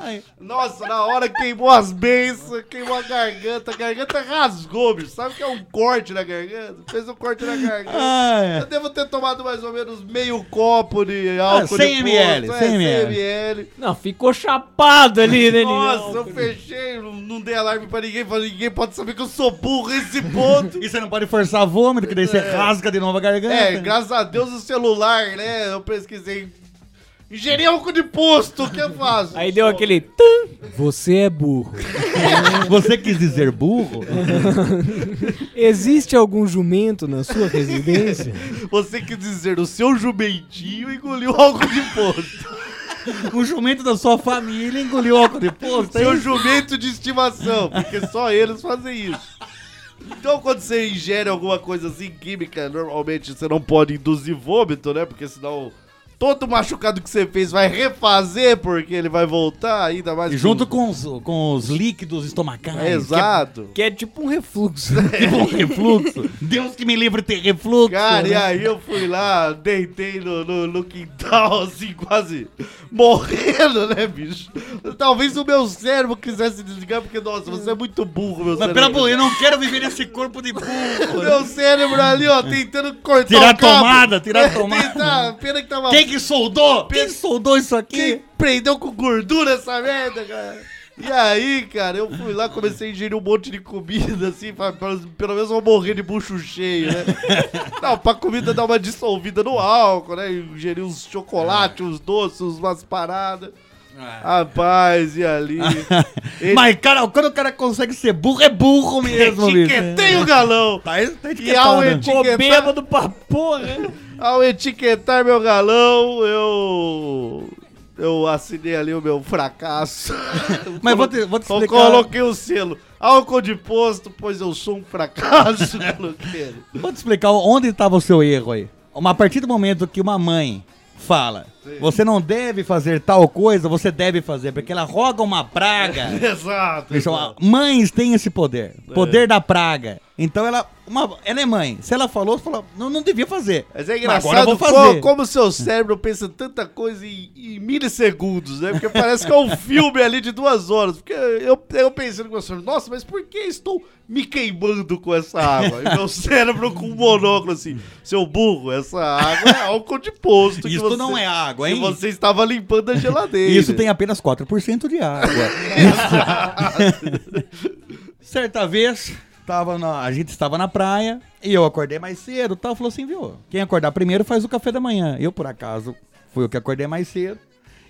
S7: Aí.
S6: Nossa, na hora queimou as bênçãos, queimou a garganta, a garganta rasgou, bicho. Sabe o que é um corte na garganta? Fez um corte na garganta.
S7: Ah,
S6: Eu
S7: é.
S6: devo ter tomado mais ou menos meio copo de álcool
S7: 100
S6: de
S7: ml,
S6: posto,
S7: 100
S6: é,
S7: ml.
S6: 100 ml.
S4: Não, ficou chapado ali, né?
S6: Nossa, eu
S4: Nilão?
S6: fechei, não, não dei alarme pra ninguém, falei, ninguém pode saber que eu sou burro a esse ponto.
S7: E você não pode forçar vômito, que daí você rasga de novo a garganta.
S6: É, graças a Deus o celular, né? Eu pesquisei. Ingerir álcool de posto, o que eu faço?
S4: Aí deu aquele... Tum, você é burro.
S7: Você quis dizer burro?
S4: Existe algum jumento na sua residência?
S6: Você quer dizer, o seu jumentinho engoliu álcool de posto.
S7: Um jumento da sua família engoliu álcool de posto.
S6: Seu
S7: hein?
S6: jumento de estimação, porque só eles fazem isso. Então, quando você ingere alguma coisa assim, química, normalmente você não pode induzir vômito, né? Porque senão todo machucado que você fez vai refazer, porque ele vai voltar ainda mais.
S7: E junto com os, com os líquidos estomacais.
S6: Exato.
S4: Que é tipo um refluxo.
S7: Que é, que é bom refluxo. Deus que me livre de ter refluxo.
S6: Cara, e aí eu fui lá, deitei no, no, no quintal, assim, quase morrendo, né, bicho? Talvez o meu cérebro quisesse desligar, porque, nossa, você é muito burro, meu
S7: Mas
S6: cérebro.
S7: pelo amor, eu não quero viver nesse corpo de burro.
S6: Meu cérebro ali, ó, tentando cortar
S7: Tirar
S6: o cabo.
S7: tomada, tirar
S6: É,
S7: tomada.
S6: tentar- pena que tava...
S7: Quem que soldou? Quem que soldou isso
S6: Quem
S7: aqui?
S6: prendeu com gordura essa merda, cara? E aí, cara, eu fui lá, comecei a ingerir um monte de comida, assim, pra, pra- pelo menos eu vou morrer de bucho cheio, né? Não, pra comida dar uma dissolvida no álcool, né? Ingerir uns chocolates, uns doces, umas paradas. Rapaz, e ali? Ele-
S7: Mas, cara, quando o cara consegue ser burro, é burro mesmo, bicho.
S6: Etiquetei o galão!
S7: Tá, tá
S6: E ao
S7: etiquetado.
S4: Ficou
S6: etiquetar,
S4: bêbado pra porra.
S6: Ao etiquetar meu galão, eu. Eu assinei ali o meu fracasso.
S7: Mas vou te, vou te
S6: Eu
S7: explicar.
S6: coloquei o selo. Álcool de posto, pois eu sou um fracasso, coloquei. ele.
S7: Vou te explicar onde estava o seu erro aí. Uma- A partir do momento que uma mãe fala, você não deve fazer tal coisa, você deve fazer, porque ela roga uma praga.
S6: Exato.
S7: Pessoal,
S6: exato. É.
S7: mães têm esse poder, poder da praga. Então ela, uma- ela é mãe. Se ela falou, você falou, não, não devia fazer.
S6: Mas é
S7: Mas
S6: engraçado
S7: agora eu vou
S6: co-
S7: fazer.
S6: como o seu cérebro pensa tanta coisa em, em milissegundos, né? Porque parece que é um filme ali de duas horas. Porque eu, eu pensando com o meu cérebro, nossa, mas por que estou me queimando com essa água? E meu cérebro com um monóculo assim, seu burro, essa água é álcool de posto. que
S7: Isto
S6: você-
S7: não é água,
S6: E
S7: hein?
S6: você estava limpando a geladeira.
S7: Isso tem apenas 4% de água. Certa vez, tava na- a gente estava na praia e eu acordei mais cedo tal. Falou assim, viu? Quem acordar primeiro faz o café da manhã. Eu, por acaso, fui o que acordei mais cedo.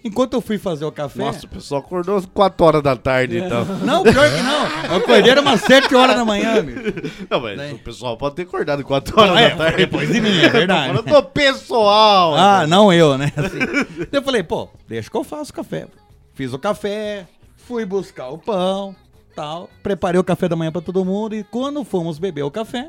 S7: Enquanto eu fui fazer o café.
S6: Nossa, o pessoal acordou às 4 horas da tarde,
S7: É.
S6: então.
S7: Não, pior que não. Eu acordei era umas 7 horas da manhã, amigo.
S6: Não, mas o pessoal pode ter acordado 4 horas
S7: É,
S6: da tarde.
S7: depois de mim, é verdade.
S6: Eu tô pessoal.
S7: Ah, não eu, né? Assim. eu falei, pô, deixa que eu faço café. Fiz o café, fui buscar o pão, tal. Preparei o café da manhã pra todo mundo e quando fomos beber o café,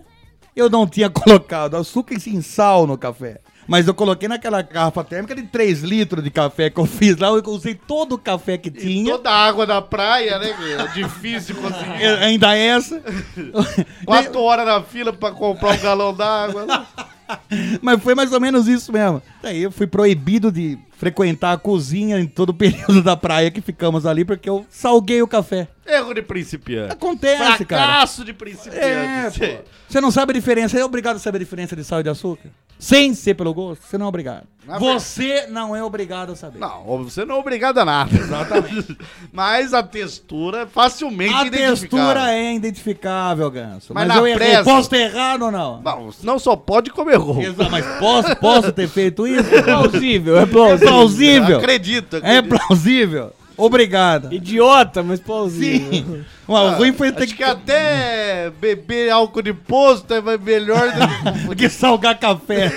S7: eu não tinha colocado açúcar e sim sal no café. Mas eu coloquei naquela garrafa térmica de 3 litros de café que eu fiz lá, eu usei todo o café que
S6: E
S7: tinha.
S6: toda a água da praia, né? meu? É difícil conseguir.
S7: Eh, Ainda essa.
S6: Quatro horas na fila pra comprar um galão d'água.
S7: Mas foi mais ou menos isso mesmo. Daí eu fui proibido de frequentar a cozinha em todo o período da praia que ficamos ali, porque eu salguei o café.
S6: Erro de principiante.
S7: Acontece, É cara.
S6: Fracasso de principiante.
S7: É,
S6: Cê-
S7: pô. Você não sabe a diferença. É obrigado a saber a diferença de sal e de açúcar? Sem ser pelo gosto, você não é obrigado. Você não é obrigado a saber.
S6: Não, ó, você não é obrigado a nada. Exatamente. Mas a textura é facilmente
S7: A textura
S6: identificável.
S7: é identificável, Ganso.
S6: Mas
S7: Mas,
S6: na
S7: eu errei.
S6: pressa-
S7: Posso ter errado ou não?
S6: Não, não só pode comer roupa.
S7: Exa- Mas posso, posso ter feito isso?
S4: Plausível, é plausível.
S7: É plausível.
S6: Acredito.
S7: É
S6: acredito.
S7: plausível. Obrigado.
S4: Idiota, mas plausível.
S7: Sim. O ruim foi ter
S6: Acho que
S7: que,
S6: é até beber álcool de posto é melhor do
S7: ter
S6: que...
S7: que salgar café.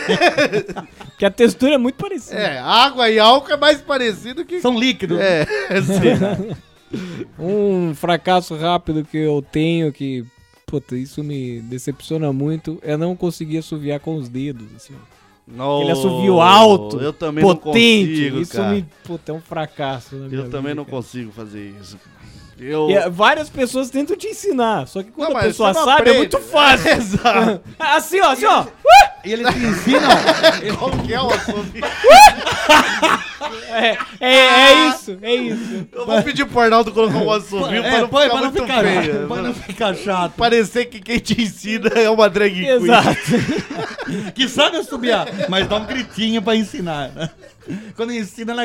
S4: Porque a textura é muito parecida.
S6: É, água e álcool é mais parecido que...
S7: São líquidos.
S6: É, é sim.
S4: Um fracasso rápido que eu tenho que. Puta, isso me decepciona muito. É não conseguir assoviar com os dedos. Assim.
S6: Não,
S4: Ele assoviou alto,
S6: Oh, Eu também
S4: potente.
S6: não consigo,
S4: isso
S6: cara.
S4: me. Puta, é um fracasso. Na minha
S6: Eu também
S7: né,
S4: vida,
S6: não
S4: cara.
S6: consigo fazer isso. Eu...
S4: E, eh, várias pessoas tentam te ensinar, só que quando
S6: Não,
S4: a
S6: mas
S4: pessoa
S6: você
S4: sabe
S6: não
S4: é
S6: aprende.
S4: muito fácil.
S6: Exato.
S4: assim, ó, assim, ó.
S7: E eles te ensinam.
S6: Qual que é o assombro?
S4: É, é,
S6: Ah!
S4: é isso, é isso.
S6: Eu vou pedir pro Arnaldo colocar um assobio pra não
S7: põe,
S6: ficar muito feio. né?
S7: pra não ficar chato.
S6: Parecer que quem te ensina é uma drag queen.
S4: Exato.
S7: Que sabe assobiar, mas dá um gritinho pra ensinar. né? Quando ensina, ela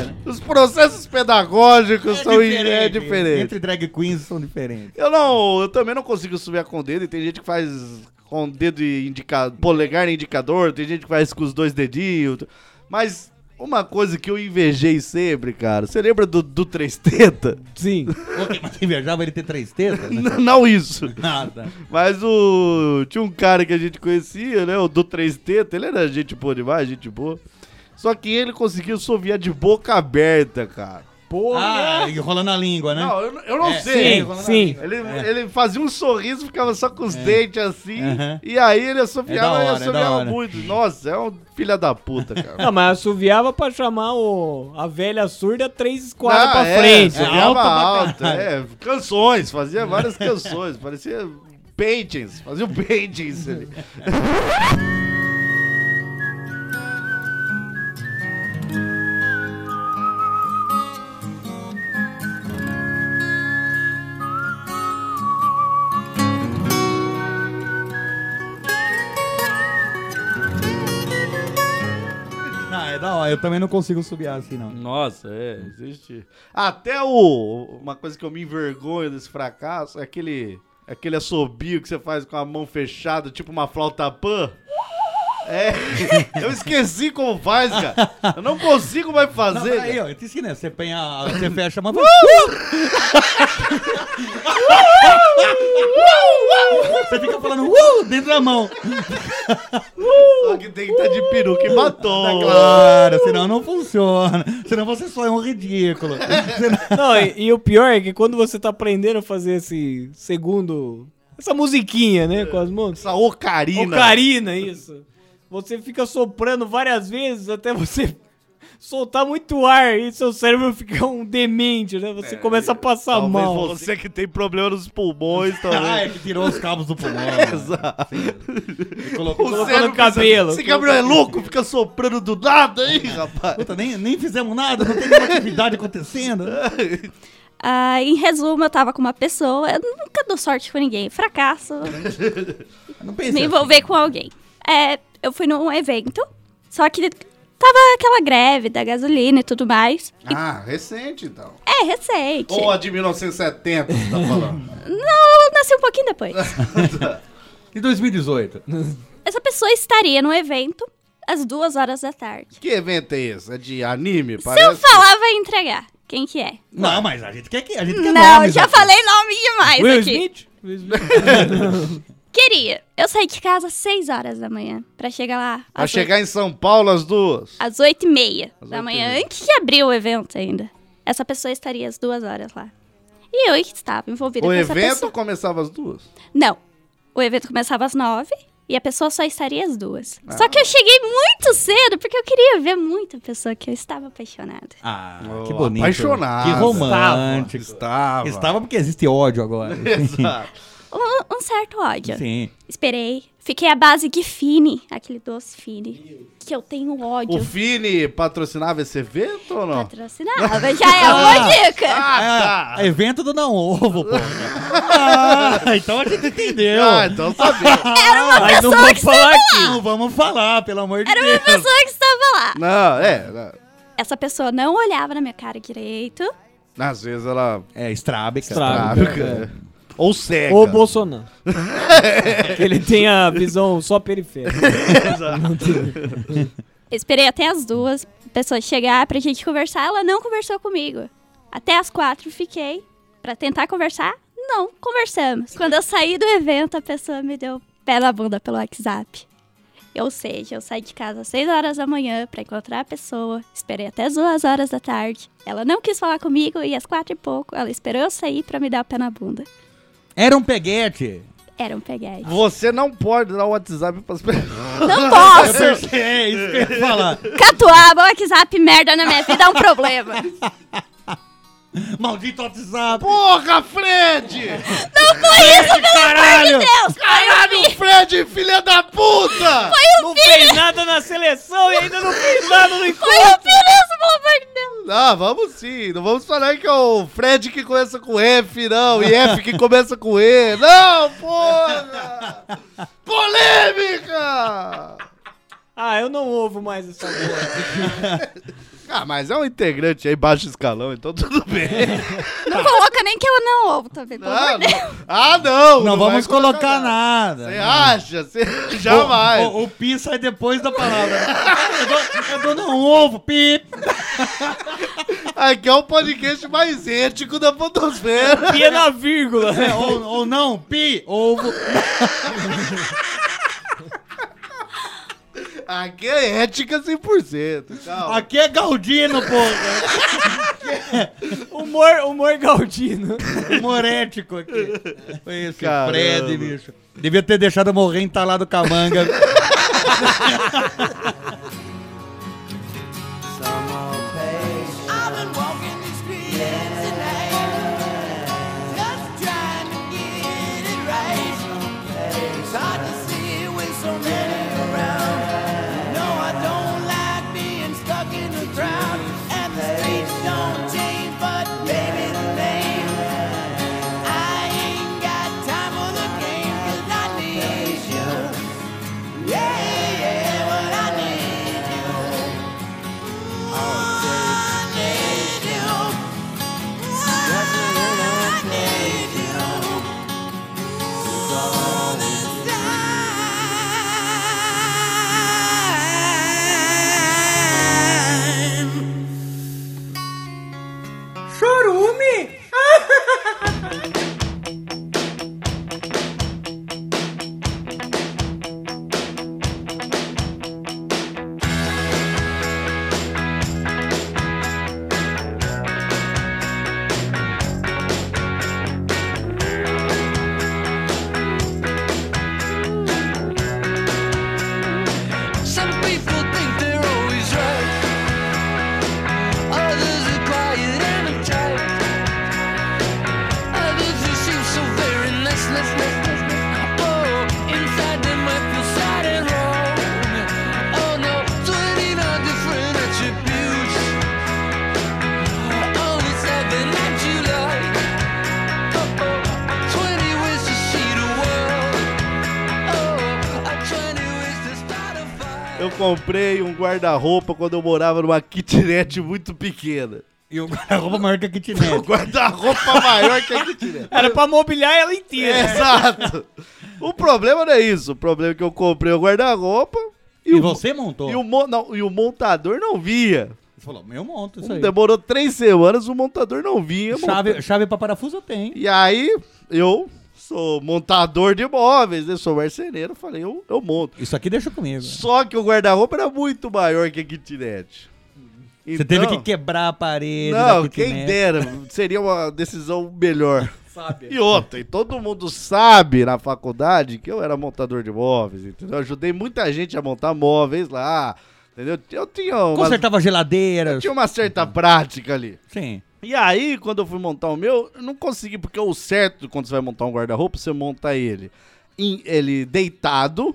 S7: né?
S6: Os processos pedagógicos são diferentes. É diferente.
S7: Entre drag queens são diferentes.
S6: Eu não, eu também não consigo subir com o dedo. E tem gente que faz com o dedo e indica, polegar e indicador. Tem gente que faz com os dois dedinhos. Mas uma coisa que eu invejei sempre, cara. Você lembra do, do três teta?
S4: Sim.
S7: Ok, mas invejava é ele ter três tetas? Né?
S6: N- não isso.
S7: Nada.
S6: Mas o. Tinha um cara que a gente conhecia, né? O do 3T, ele era gente boa demais, gente boa. Só que ele conseguiu soviar de boca aberta, cara.
S4: Porra.
S7: Ah, enrolando a língua, né?
S6: Não, eu, não- eu não
S7: É,
S6: sei.
S4: sim, sim.
S6: Ele, ele fazia um sorriso, ficava só com os dentes assim.
S7: É. Aham.
S6: E aí ele assoviava
S7: É da
S6: e
S7: hora, é da
S6: assoviava
S7: hora.
S6: muito. Nossa, é um filha da puta, cara.
S4: Não, mas assoviava pra chamar o, a velha surda três esquadras
S6: Não,
S4: pra
S6: é,
S4: frente.
S6: assoviava
S7: alta pra
S6: alto, é. Canções, fazia várias canções. Parecia paintings, fazia um paintings ali.
S7: Não, é da hora. Eu também não consigo subir assim, não.
S6: Nossa, é, existe. Até o. Uma coisa que eu me envergonho desse fracasso é aquele. Aquele assobio que você faz com a mão fechada, tipo uma flauta pan. É. Eu esqueci como faz, cara. Eu não consigo mais
S7: Não,
S6: fazer.
S7: peraí,
S6: cara.
S7: ó, eu te ensinei. Você, penha, você fecha uma... Você fica falando uh, dentro da mão.
S6: Só que tem que estar de peruca e
S7: Oh.
S6: batom.
S7: É tá Claro, senão não funciona. Senão você só é um ridículo. Senão-
S4: Não, e, e o pior é que quando você tá aprendendo a fazer esse segundo. Essa musiquinha, né? Com as mãos.
S6: Essa ocarina.
S4: Ocarina, isso. Você fica soprando várias vezes até você soltar muito ar e seu cérebro fica um demente, né?
S7: É,
S4: Você começa a passar
S6: Talvez
S4: mal.
S6: você que tem problema nos pulmões,
S7: Ah, é
S6: talvez.
S7: que tirou os cabos do pulmão.
S6: Exato.
S7: E colocou...
S4: Colocou no cabelo.
S6: Esse cabelo é louco, fica soprando do nada, hein, rapaz?
S7: Puta, nem, nem fizemos nada, não tem nenhuma atividade acontecendo.
S8: Ah, em resumo, eu tava com uma pessoa, eu nunca dou sorte com ninguém, fracasso,
S7: Não pensei.
S8: me envolver com alguém. É, eu fui num evento, só que Tava aquela greve da gasolina e tudo mais.
S6: Ah, recente então.
S8: É, recente.
S6: Ou a de 1970, você tá falando.
S8: Não, eu nasci um pouquinho depois.
S7: Em 2018.
S8: Essa pessoa estaria no evento às duas horas da tarde.
S6: que evento é esse? É de anime?
S8: Se eu
S6: Parece.
S8: falar, vai entregar. Quem que é?
S7: Não, mas a gente quer que a gente quer
S8: Não,
S7: nomes
S8: já
S7: aqui.
S8: falei nome demais
S4: Will
S8: aqui.
S4: Smith? Will Smith.
S8: Queria. Eu saí de casa às seis horas da manhã pra chegar lá
S6: Pra
S8: às oito-
S6: chegar em São Paulo às duas.
S8: às oito e meia
S6: oito
S8: da
S6: e
S8: manhã,
S6: meia.
S8: antes de abrir o evento ainda. Essa pessoa estaria às duas horas lá. E eu que estava envolvida
S6: O
S8: com essa
S6: evento
S8: pessoa.
S6: começava às duas?
S8: Não. O evento começava às nove e a pessoa só estaria às duas. Só que eu cheguei muito cedo porque eu queria ver muito a pessoa que eu estava apaixonada.
S7: Ah,
S6: Oh,
S7: que bonito.
S6: apaixonada.
S7: Que romântico.
S6: Estava.
S7: Estava porque existe ódio agora.
S6: Exato.
S8: Um, um certo ódio.
S7: Sim.
S8: Esperei. Fiquei à base de Fini, aquele doce Fini, que eu tenho ódio.
S6: O Fini patrocinava esse evento ou não?
S8: Patrocinava, já é uma dica.
S6: Ah,
S7: É evento do não ovo, pô. ah, então a gente entendeu.
S6: Ah, então sabia.
S8: Era uma
S7: Mas não
S8: pessoa
S7: vamos
S8: que
S7: falar
S8: estava
S7: aqui. É.
S8: lá.
S7: Não vamos falar, pelo amor de
S8: Era uma
S7: Deus.
S8: pessoa que estava lá.
S6: Não, é. não.
S8: Essa pessoa não olhava na minha cara direito.
S6: Às vezes ela.
S7: É, estrábica.
S4: Estrábica.
S6: Ah,
S4: É.
S6: Ou cega.
S4: Ou Bolsonaro. Que ele tem a visão só periférica.
S8: Eu esperei até as duas pessoas chegar pra gente conversar. Ela não conversou comigo. Até as quatro fiquei pra tentar conversar. Não, conversamos. Quando eu saí do evento, a pessoa me deu pé na bunda pelo WhatsApp. Ou seja, eu saí de casa às 6 horas da manhã pra encontrar a pessoa, esperei até as 2 horas da tarde. Ela não quis falar comigo e às quatro e pouco ela esperou eu sair pra me dar o pé na bunda.
S7: Era um peguete.
S8: Era um peguete.
S6: Você não pode dar o WhatsApp pras pessoas.
S8: Não posso!
S7: É, isso que eu ia falar.
S8: Catuaba, WhatsApp, merda na minha vida é um problema.
S7: Maldito WhatsApp.
S6: Porra, Fred!
S7: Caralho!
S8: Deus!
S6: Caralho, Fred, filha da puta!
S4: Não fez nada na seleção e ainda não fez nada no encontro.
S8: Foi o Piruço, pelo amor de Deus!
S6: Ah, vamos sim. Não vamos falar que é o Fred que começa com F, não. E F que começa com E. Não, porra! Polêmica!
S4: Ah, eu não ouvo mais essa porra.
S6: Ah, mas é um integrante aí, baixo escalão, então tudo bem.
S8: Não coloca nem que eu não ouvo também, pelo
S6: Ah,
S8: amor de Deus.
S6: não, ah, não.
S7: Não
S6: vai
S7: vamos colocar nada. né?
S6: Você acha? Você jamais.
S7: O, o, o pi sai depois da palavra. eu, dou, eu dou não ovo, pi.
S6: Aqui é o podcast mais ético da Podosfera.
S4: E é na vírgula.
S7: É, ou, ou não, pi, ovo.
S6: Aqui é ética 100%. Calma.
S7: Aqui é Galdino, pô.
S4: Humor, humor Galdino.
S7: Morético aqui. Foi esse
S6: Caramba.
S7: Fred, bicho. Devia ter deixado eu morrer entalado com a manga.
S2: I've been walking these streets tonight, just trying to get it right. It's hard to see it with so many around. No, I don't like being stuck in the crowd, and the streets don't change, but baby the name. I ain't got time for the game 'cause I need you. Yeah, yeah, well I need you.
S3: Chorume!
S2: Some people think they're always right. Others are quiet and uptight. Others Oh, Oh, Oh, Oh, Oh,
S6: comprei um guarda-roupa quando eu morava numa kitnet muito pequena.
S7: E o guarda-roupa maior que a
S6: Um
S7: kitnet.
S6: guarda-roupa maior que a kitnet.
S4: Era pra mobiliar ela
S7: É.
S4: inteira.
S6: Exato. O problema não é isso. O problema é que eu comprei o guarda-roupa
S7: E,
S6: o-
S7: você montou.
S6: e, o mon- não, e o montador não vinha.
S7: Você falou, eu monto isso aí.
S6: Demorou três semanas, o montador não vinha.
S7: Chave, chave pra parafuso eu tenho.
S6: E aí, eu sou montador de imóveis, né? Sou marceneiro, falei, eu, eu monto.
S7: Isso aqui deixa comigo.
S6: Só que o guarda-roupa era muito maior que a kitnet.
S7: Você teve que quebrar a parede.
S6: Então. Não,
S7: da
S6: quem
S7: kitnet.
S6: dera, seria uma decisão melhor. E outra, e todo mundo sabe na faculdade que eu era montador de móveis, entendeu? Eu ajudei muita gente a montar móveis lá, entendeu? Eu tinha uma,
S7: Consertava geladeiras.
S6: tinha uma certa
S7: Uhum.
S6: prática ali.
S7: Sim.
S6: E aí, quando eu fui montar o meu, eu não consegui, porque o certo, quando você vai montar um guarda-roupa, você monta ele em- ele deitado,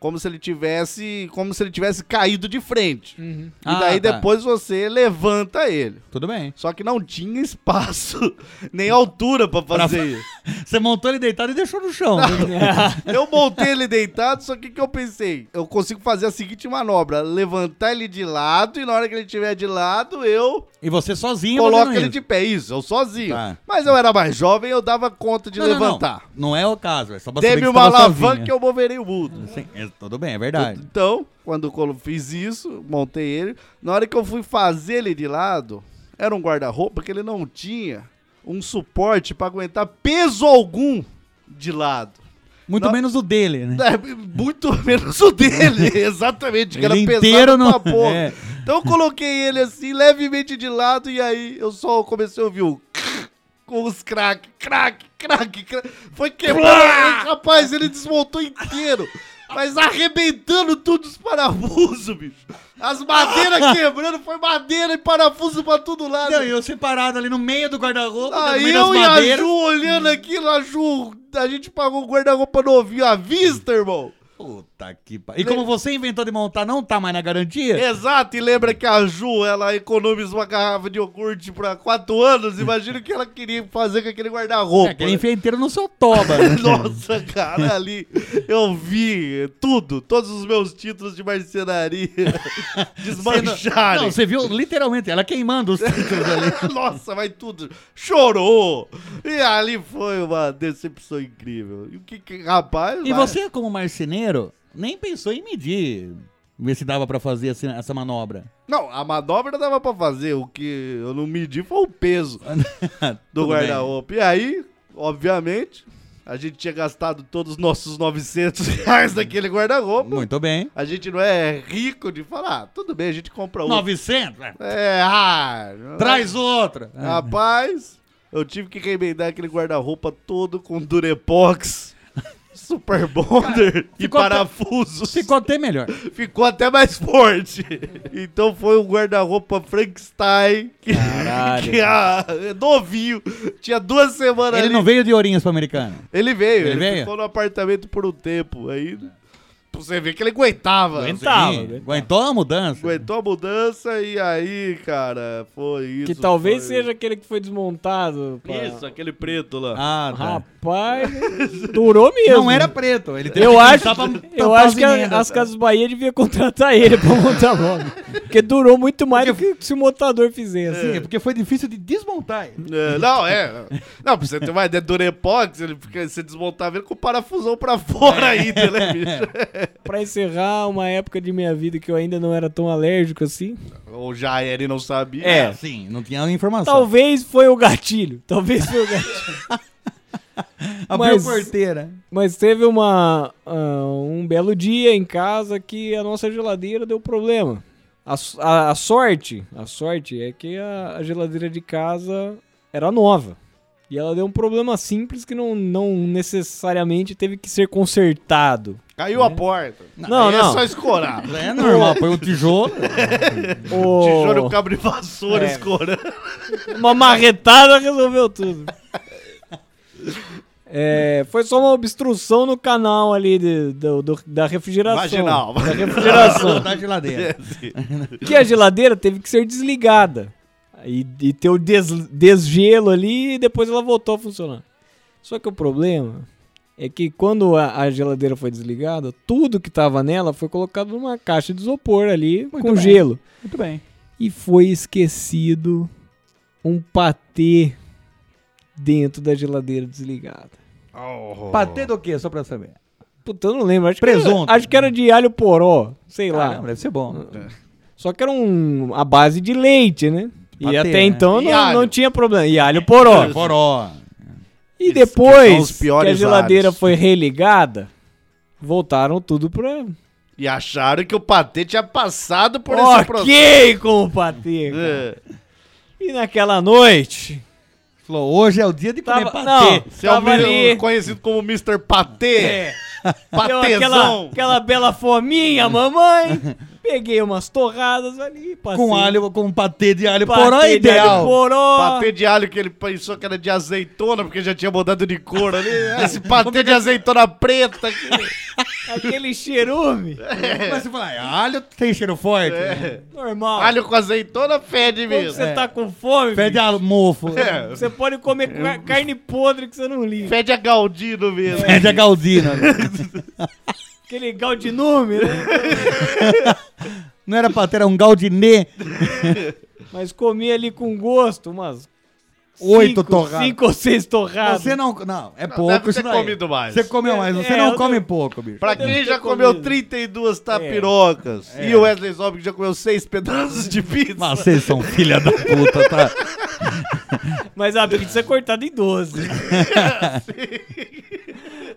S6: como se ele tivesse, como se ele tivesse caído de frente. E
S7: Ah,
S6: daí
S7: tá.
S6: depois você levanta ele.
S7: Tudo bem.
S6: Só que não tinha espaço, nem altura pra fazer isso.
S7: Você montou ele deitado e deixou no chão.
S6: Eu montei ele deitado, só que o que eu pensei? Eu consigo fazer a seguinte manobra: levantar ele de lado e na hora que ele estiver de lado, eu
S7: e você sozinho.
S6: coloco
S7: fazendo
S6: ele
S7: isso.
S6: de pé. Isso, eu sozinho.
S7: Tá.
S6: Mas eu era mais jovem, eu dava conta de
S7: Não, não,
S6: levantar.
S7: Não, não é o caso. É só pra saber
S6: Teve
S7: que
S6: uma
S7: você tava sozinha.
S6: alavanca e eu moverei o mundo.
S7: Sim, é, tudo bem, é verdade.
S6: Então, quando eu fiz isso, montei ele. Na hora que eu fui fazer ele de lado, era um guarda-roupa que ele não tinha um suporte pra aguentar peso algum de lado.
S7: Muito
S6: Não-
S7: menos o dele, né?
S6: É, muito menos o dele, exatamente, que
S7: Ele
S6: era pesado
S7: inteiro
S6: não...
S7: não-
S6: pra porra.
S7: é.
S6: Então eu coloquei ele assim, levemente de lado, e aí eu só comecei a ouvir o com os crack, crack, crack, crack. Foi quebrando, rapaz, ele desmontou inteiro. Mas arrebentando todos os parafusos, bicho. As madeiras quebrando, foi madeira e parafuso pra todo lado.
S7: Não, e eu separado ali no meio do guarda-roupa, no
S6: Aí
S7: meio
S6: eu
S7: das
S6: e a
S7: madeiras.
S6: Ju olhando aquilo, a Ju, a gente pagou o guarda-roupa novinho à vista, irmão.
S7: Puta que pariu. E como você inventou de montar, não tá mais na garantia?
S6: Exato, e lembra que a Ju, ela economiza uma garrafa de iogurte pra quatro anos, imagina o que ela queria fazer com aquele guarda-roupa.
S7: É, que ele enfia inteiro no seu toba. né?
S6: Nossa, cara, ali eu vi tudo, todos os meus títulos de marcenaria
S7: Não,
S6: desmancharem.
S7: você viu literalmente ela queimando os títulos ali.
S6: Nossa, vai tudo. Chorou! E ali foi uma decepção incrível. E o que, que rapaz?
S7: E
S6: vai-
S7: você, como marceneiro, nem pensou em medir, ver se dava pra fazer assim, essa manobra.
S6: Não, a manobra dava pra fazer. O que eu não medi foi o peso do
S7: Tudo bem.
S6: guarda-roupa. E aí, obviamente, a gente tinha gastado todos os nossos 900 reais naquele guarda-roupa.
S7: Muito bem.
S6: A gente não é rico de falar, ah, tudo bem, a gente compra outro.
S7: 900? É,
S6: É, ah, não-
S7: Traz outra.
S6: Rapaz, eu tive que remendar aquele guarda-roupa todo com Durepox, Super Bonder e
S7: ficou até-
S6: parafusos.
S7: Ficou até melhor.
S6: Ficou até mais forte. Então foi um guarda-roupa Frankenstein que,
S4: Caralho.
S6: que a, novinho. Tinha duas semanas
S7: Ele
S6: ali.
S7: não veio de Ourinhos pro americano.
S6: Ele veio, ele,
S7: Ele veio?
S6: ficou no apartamento por um tempo. Aí pra você ver que ele aguentava.
S4: Aguentava,
S7: Sim,
S4: aguentava.
S7: Aguentou a mudança.
S6: Aguentou a mudança e aí, cara, foi isso.
S4: Que talvez
S6: foi-
S4: seja aquele que foi desmontado. pá.
S6: Isso, aquele preto lá.
S7: Ah, tá.
S4: Rapaz, durou mesmo.
S7: Não era preto. Ele teve
S4: Eu
S7: que
S4: acho,
S7: pintar pra
S4: eu
S7: tampar as
S4: acho que
S7: emendas. né?
S4: a- as Casas Bahia devia contratar ele pra montar logo. Porque durou muito mais do que se o montador fizesse.
S7: Sim, É, porque foi difícil de desmontar. ele.
S6: É, não, é. Não, pra você ter uma ideia, Durepox, ele fica, você desmontava ele com o parafusão pra fora ainda, né, bicho?
S4: Pra encerrar uma época de minha vida que eu ainda não era tão alérgico assim.
S6: Ou já era e não sabia.
S7: É, sim, não tinha informação.
S4: Talvez foi o gatilho. Talvez foi o gatilho.
S7: Abriu
S4: mas-
S7: a porteira.
S4: Mas teve uma, ah, um belo dia em casa que a nossa geladeira deu problema. A, s- a- a sorte, a sorte é que a, a geladeira de casa era nova. E ela deu um problema simples que não, não necessariamente teve que ser consertado.
S6: Caiu a porta.
S4: Não,
S6: Aí É
S4: não.
S6: só escorar.
S7: É normal, foi um tijolo.
S4: O-
S6: Tijolo, cabo de vassoura,
S4: É.
S6: escorando.
S4: Uma marretada resolveu tudo. É, foi só uma obstrução no canal ali de- do- do- da refrigeração.
S6: Vaginal.
S4: Da refrigeração.
S7: da geladeira.
S4: que a geladeira teve que ser desligada. E, e ter o des- desgelo ali e depois ela voltou a funcionar. Só que o problema é que quando a, a geladeira foi desligada, tudo que tava nela foi colocado numa caixa de isopor ali com
S7: bem.
S4: gelo.
S7: Muito bem.
S4: E foi esquecido um patê dentro da geladeira desligada.
S7: Patê do quê, só pra saber?
S4: Puta, eu não lembro. Acho Que
S7: Presunto.
S4: era, acho que era de alho poró, sei lá.
S7: Caramba, deve ser bom.
S4: Só que era um, a base de leite, né? e
S7: Patê,
S4: até
S7: né?
S4: então
S6: E
S4: não,
S6: alho.
S4: não tinha problema. E alho poró.
S7: Poró.
S6: que
S4: E
S6: são os
S4: depois que a
S6: piores
S4: geladeira
S6: alhos.
S4: foi religada, voltaram tudo pra...
S6: E acharam que o patê tinha passado por esse processo.
S4: Ok com o patê, cara.
S6: É.
S4: E naquela noite,
S7: Falou, hoje é o dia de comer
S4: tava, não,
S7: patê.
S6: Você é o
S4: tava
S6: mesmo
S4: ali, É.
S6: conhecido como Mr. Patê.
S4: deu
S6: Patezão.
S4: aquela, aquela bela fominha, mamãe, peguei umas torradas ali, passei
S7: Com alho, com um patê de alho
S4: assim. patê
S7: poró é
S4: de alho
S7: ideal.
S4: poró.
S6: Patê de alho que ele pensou que era de azeitona, porque já tinha mudado de cor ali. Esse patê de azeitona preta.
S4: aquele cheirume,
S7: Mas você
S4: "É
S7: fala, "Ah, alho tem cheiro forte.
S4: normal.
S6: É. Alho com azeitona fede
S4: Quando
S6: mesmo.
S4: é." você tá com fome,
S7: Pede
S4: bicho,
S7: a mofo.
S6: É,
S4: você pode comer ca- carne podre que você não liga.
S6: Fede a Galdino mesmo.
S7: Pede a galdina.
S4: Aquele galdinume, né?
S7: Não era patê, era um galdinê.
S4: Mas comi ali com gosto umas
S7: Oito
S4: cinco-
S7: torradas.
S4: cinco ou seis torradas.
S7: Você não. Não, é
S6: deve
S7: pouco
S6: ter
S7: isso daí.
S6: comido mais.
S7: Você comeu mais, você
S4: É, eu
S7: não
S4: não-
S7: come pouco, bicho.
S6: Pra
S4: Deve
S6: quem
S4: ter
S6: já comeu
S4: comido.
S7: É.
S6: 32 tapirocas e o Wesley Zobb que já comeu 6 pedaços de pizza.
S7: Mas Ah, vocês são filha da puta, tá?
S4: Mas a pizza é cortada em 12.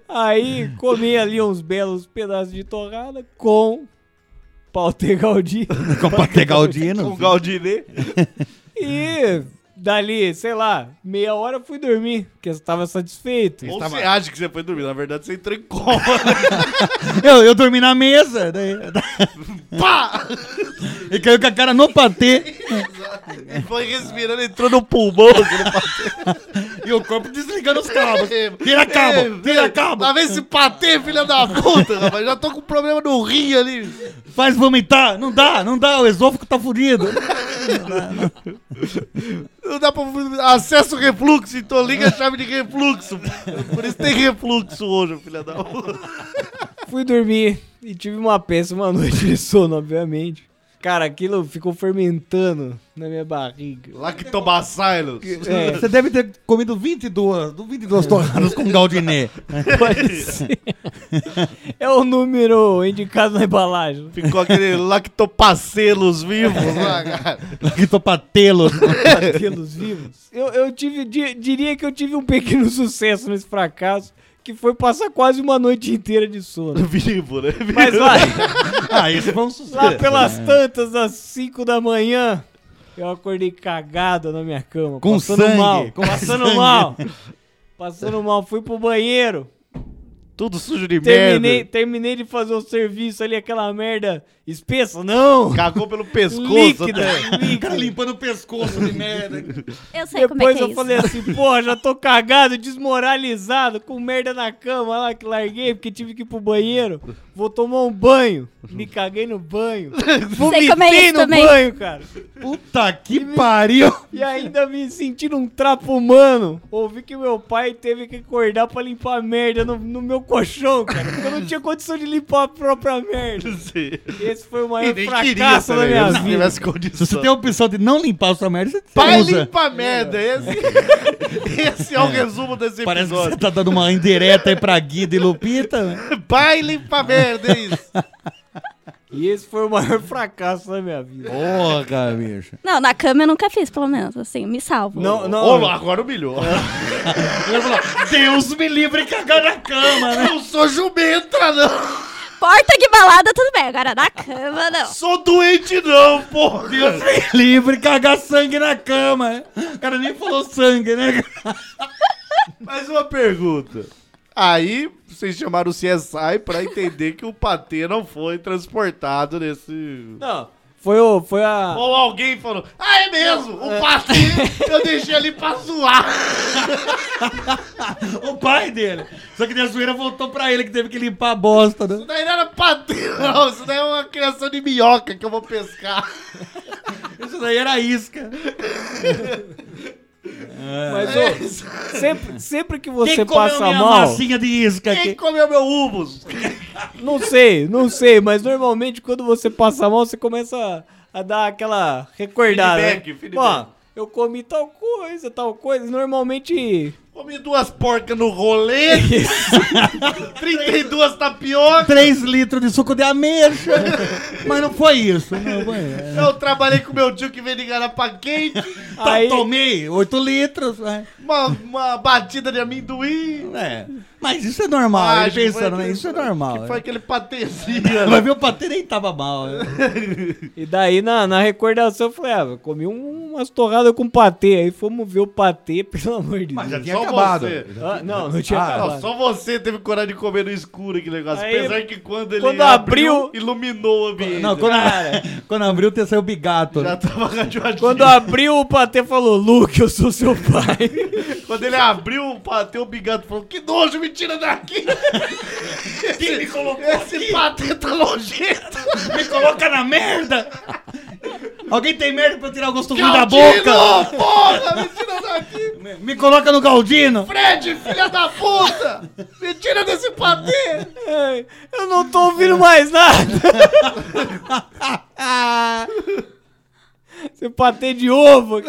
S4: Aí comi ali uns belos pedaços de torrada com pautê Gaudí.
S7: Com patê
S6: com
S7: galdino.
S6: Galdinê.
S4: E dali, sei lá, meia hora eu fui dormir, porque eu estava satisfeito.
S6: Ou você acha que você foi dormir, na verdade você entrou em coma.
S7: Eu, eu dormi na mesa. Daí,
S6: Pá!
S7: e caiu com a cara no patê.
S6: Foi respirando, entrou no pulmão.
S7: E o corpo desligando os cabos.
S6: Tira
S7: cabo, tira cabo.
S6: Lá vem esse patê, filha da puta, rapaz. Já tô com problema no rim ali.
S7: Faz vomitar. Não dá, não dá. O esôfago tá fudido.
S6: Não dá pra. Acesso refluxo, então liga a chave de refluxo. Por isso tem refluxo hoje, filha da puta.
S4: Fui dormir e tive uma péssima noite de sono, obviamente. Cara, aquilo ficou fermentando na minha barriga.
S6: Lactobacillus.
S4: É,
S7: Você deve ter comido 22, do 22 torradas com galdinê.
S4: pode ser. É o número indicado na embalagem.
S6: Ficou aquele lactopacelos vivos lá, É, cara.
S7: Que tô patelo.
S4: pelos vivos. Eu, eu tive, di- diria que eu tive um pequeno sucesso nesse fracasso, que foi passar quase uma noite inteira de sono.
S6: Vivo, né?
S4: Mas lá,
S7: Ah, isso foi um sucesso.
S4: lá pelas tantas, às 5 da manhã, eu acordei cagado na minha cama.
S7: Com
S4: passando
S7: sangue,
S4: mal.
S7: com
S4: passando
S7: sangue.
S4: mal. Passando mal, fui pro banheiro.
S6: Tudo sujo de
S4: Terminei,
S6: merda.
S4: terminei de fazer o serviço ali, aquela merda espessa, não!
S6: Cagou pelo pescoço. né?
S4: Líquida,
S6: até.
S4: líquida.
S7: limpando o pescoço de merda.
S8: Eu sei como é
S4: Depois
S8: que é
S4: eu
S8: isso.
S4: falei assim, porra, já tô cagado, desmoralizado, com merda na cama lá que larguei, porque tive que ir pro banheiro. Vou tomar um banho. Me caguei no banho.
S8: Sei como é
S4: Vomitei
S8: isso
S4: no
S8: também.
S4: banho, cara.
S7: Puta que pariu.
S4: E ainda me senti num trapo humano. Ouvi que meu pai teve que acordar pra limpar a merda no, no meu colchão, cara. Porque eu não tinha condição de limpar a própria merda. Esse foi o maior fracasso da minha
S6: Se
S4: vida.
S6: tivesse
S7: Se você
S6: condição.
S4: um
S7: tem a opção de não limpar a sua merda, você
S6: Pai
S7: usa.
S6: limpa a merda. Esse, esse é o resumo desse
S7: Parece que você
S6: episódio.
S7: tá dando uma indireta aí pra Guida e Lupita. né?
S6: Pai limpa a merda, é isso.
S4: E esse foi o maior fracasso da minha vida.
S7: Porra, bicho.
S8: Não, na cama eu nunca fiz, pelo menos, assim, me salvo.
S4: Não, não.
S6: Ô, agora humilhou.
S7: Ele falou, Deus me livre de cagar na cama, né?
S6: Não sou jumenta, não.
S8: Porta de balada, tudo bem, agora na cama, não.
S6: Sou doente, não, porra.
S7: Livre cagar sangue na cama. né? O cara nem falou sangue, né?
S6: Mais uma pergunta. Aí, vocês chamaram o CSI pra entender que o patê não foi transportado nesse...
S4: Não, foi, o, foi a...
S6: Ou alguém falou, ah, é mesmo, o patê eu deixei ali pra zoar.
S7: O pai dele. Só que daí a zoeira voltou pra ele que teve que limpar a bosta, né?
S6: Isso daí não era patê, não. Isso daí é uma criação de minhoca que eu vou pescar.
S7: Isso daí era isca.
S4: Mas, ô, sempre, sempre que você
S7: Quem comeu
S4: passa
S7: minha
S4: mal.
S7: massinha de isca
S6: Quem
S7: aqui?
S6: comeu meu ubus?
S4: Não sei, não sei, mas normalmente quando você passa mal, você começa a, a dar aquela recordada.
S6: Feedback,
S4: né?
S6: feedback.
S4: Ó, eu comi tal coisa, tal coisa. Normalmente.
S6: Comi duas porcas no rolê. 32 tapioca.
S7: 3 litros de suco de ameixa. Mas não foi isso. Não foi. Então,
S6: Eu trabalhei com meu tio que vende garapa quente.
S4: aí,
S7: Tomei 8 litros. né?
S6: Uma, uma batida de amendoim.
S7: É. Mas isso é normal.
S6: Ah,
S7: ele
S6: acho que foi
S7: pensando, né?
S6: aquele-
S7: Isso é normal. é.
S6: Que foi
S7: né?
S6: aquele patezinho.
S7: Vai ver, o patê nem tava mal. né?
S4: E daí na, na recordação eu falei, ah, eu comi um- umas torradas com patê. Aí fomos ver o patê, pelo amor de Deus.
S7: já tinha
S6: Só
S7: acabado.
S6: você.
S4: Ah, não, não tinha
S7: Ah,
S4: acabado.
S6: Não, só você teve coragem de comer no escuro aquele negócio.
S4: Aí,
S6: Apesar que quando ele
S4: quando abriu-
S6: iluminou o ambiente.
S7: Não, quando, quando abriu, tem saiu o bigato.
S6: Já tava radioativo.
S4: Quando abriu, o patê falou, Luke, eu sou seu pai.
S6: Quando ele abriu, bateu o bigato falou: Que nojo, me tira daqui! Quem me colocou Esse patê tá nojento!
S7: Me coloca na merda! Alguém tem merda pra eu tirar o gosto ruim da
S6: Galdino,
S7: boca?
S6: Porra, me tira daqui!
S7: Me- Me coloca no Galdino!
S6: Fred, filha da puta! Me tira desse patê!
S4: Ai, eu não tô ouvindo mais nada. Esse patê de ovo. aqui.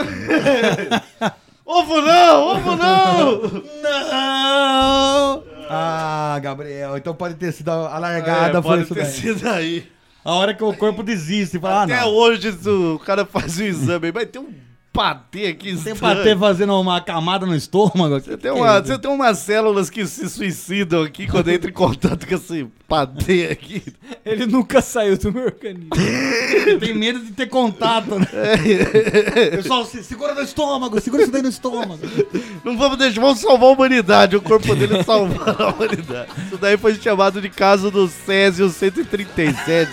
S6: Ovo não, ovo não!
S7: Não! Ah, Gabriel, então pode ter sido a largada,
S6: É,
S7: foi
S6: pode
S7: isso
S6: ter
S7: daí.
S6: sido aí.
S7: A hora que o corpo desiste, fala, ah,
S6: Até
S7: não.
S6: hoje isso, o cara faz o exame, mas tem um patê aqui
S7: Tem
S6: estranho.
S7: patê fazendo uma camada no estômago? é
S6: Você tem, uma, você tem umas células que se suicidam aqui quando entra em contato com esse patê aqui.
S4: Ele nunca saiu do meu organismo.
S7: tem medo de ter contato, né? Pessoal, se- segura no estômago, segura isso daí no estômago.
S6: Não vamos deixar, vamos salvar a humanidade. O corpo dele é salvar a humanidade. Isso daí foi chamado de caso do Césio 137.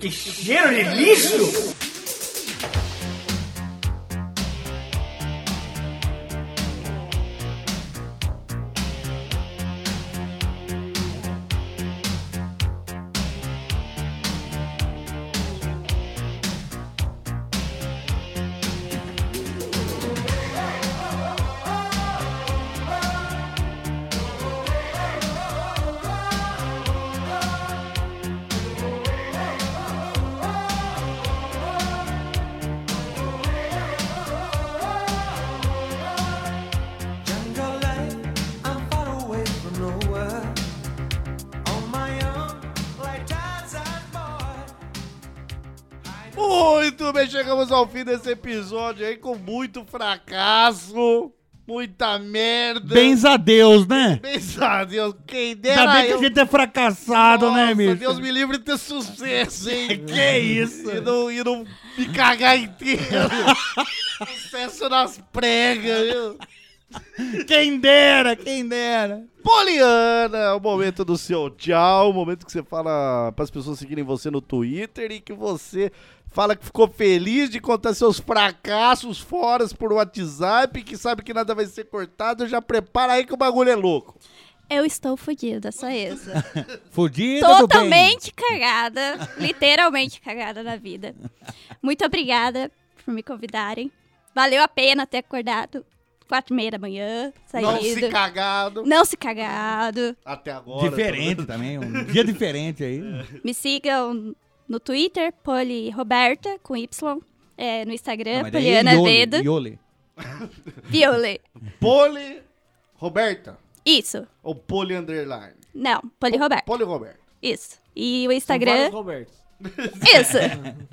S3: Que cheiro de lixo!
S2: Jungle life, I'm far away from nowhere. On my own, like Tarzan's boy.
S6: Muito bem, chegamos ao fim desse episódio aí com muito fracasso, muita merda.
S7: Bens a Deus, né?
S6: Benza, Deus, quem dera
S7: Ainda bem que
S6: eu...
S7: a gente é fracassado, né,
S6: Nossa,
S7: bicho?
S6: Deus me livre de ter sucesso, hein?
S7: Que isso?
S6: E não, e não me cagar inteiro. sucesso nas pregas, viu?
S7: Quem dera, quem dera.
S6: Poliana, é o momento do seu tchau, o momento que você fala para as pessoas seguirem você no Twitter e que você fala que ficou feliz de contar seus fracassos fora por WhatsApp, que sabe que nada vai ser cortado, já prepara aí que o bagulho é louco.
S8: Eu estou fodida, só isso.
S7: Fudida do bem.
S8: Totalmente cagada. Literalmente cagada na vida. Muito obrigada por me convidarem. Valeu a pena ter acordado quatro e meia da manhã, saído.
S6: Não se cagado
S8: Não se cagado.
S6: até agora.
S7: Diferente também, um dia diferente aí.
S8: Me sigam no Twitter, Poli Roberta, com Y. É, no Instagram,
S7: mas daí é
S8: Poliana
S7: Iole,
S8: Vedo.
S7: Iole.
S8: Viole.
S6: Poli Roberta
S8: Isso.
S6: ou Poli underline?
S8: Não, Poli Roberta.
S6: Poli Roberta.
S8: Isso. E o
S4: Vários
S8: Instagram.
S4: Robertos.
S8: Isso.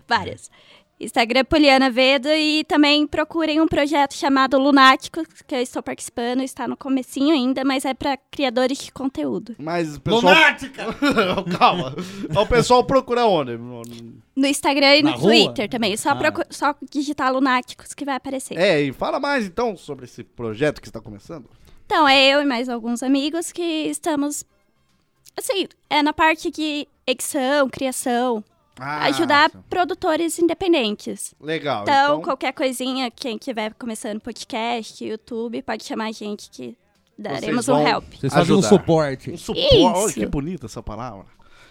S8: Várias. Instagram Poliana Veda e também procurem um projeto chamado Lunático, que eu estou participando, está no comecinho ainda, mas é para criadores de conteúdo.
S6: Mas o pessoal.
S5: Lunática!
S6: Calma. É O pessoal procura onde?
S8: No Instagram e
S7: Na
S8: no
S7: rua?
S8: Twitter também, só,
S7: Ah.
S8: procu- só digitar Lunáticos que vai aparecer.
S6: É, e fala mais então sobre esse projeto que está começando.
S8: Então, é eu e mais alguns amigos que estamos. Assim, é na parte de edição, criação,
S6: Ah,
S8: ajudar produtores independentes.
S6: Legal.
S8: Então,
S6: Então,
S8: qualquer coisinha, quem estiver começando podcast, YouTube, pode chamar a gente que daremos
S6: vão-
S8: um help.
S7: Vocês fazem um
S6: Ajudar.
S7: suporte.
S6: um suporte. Olha
S8: Isso.
S6: que bonita essa palavra.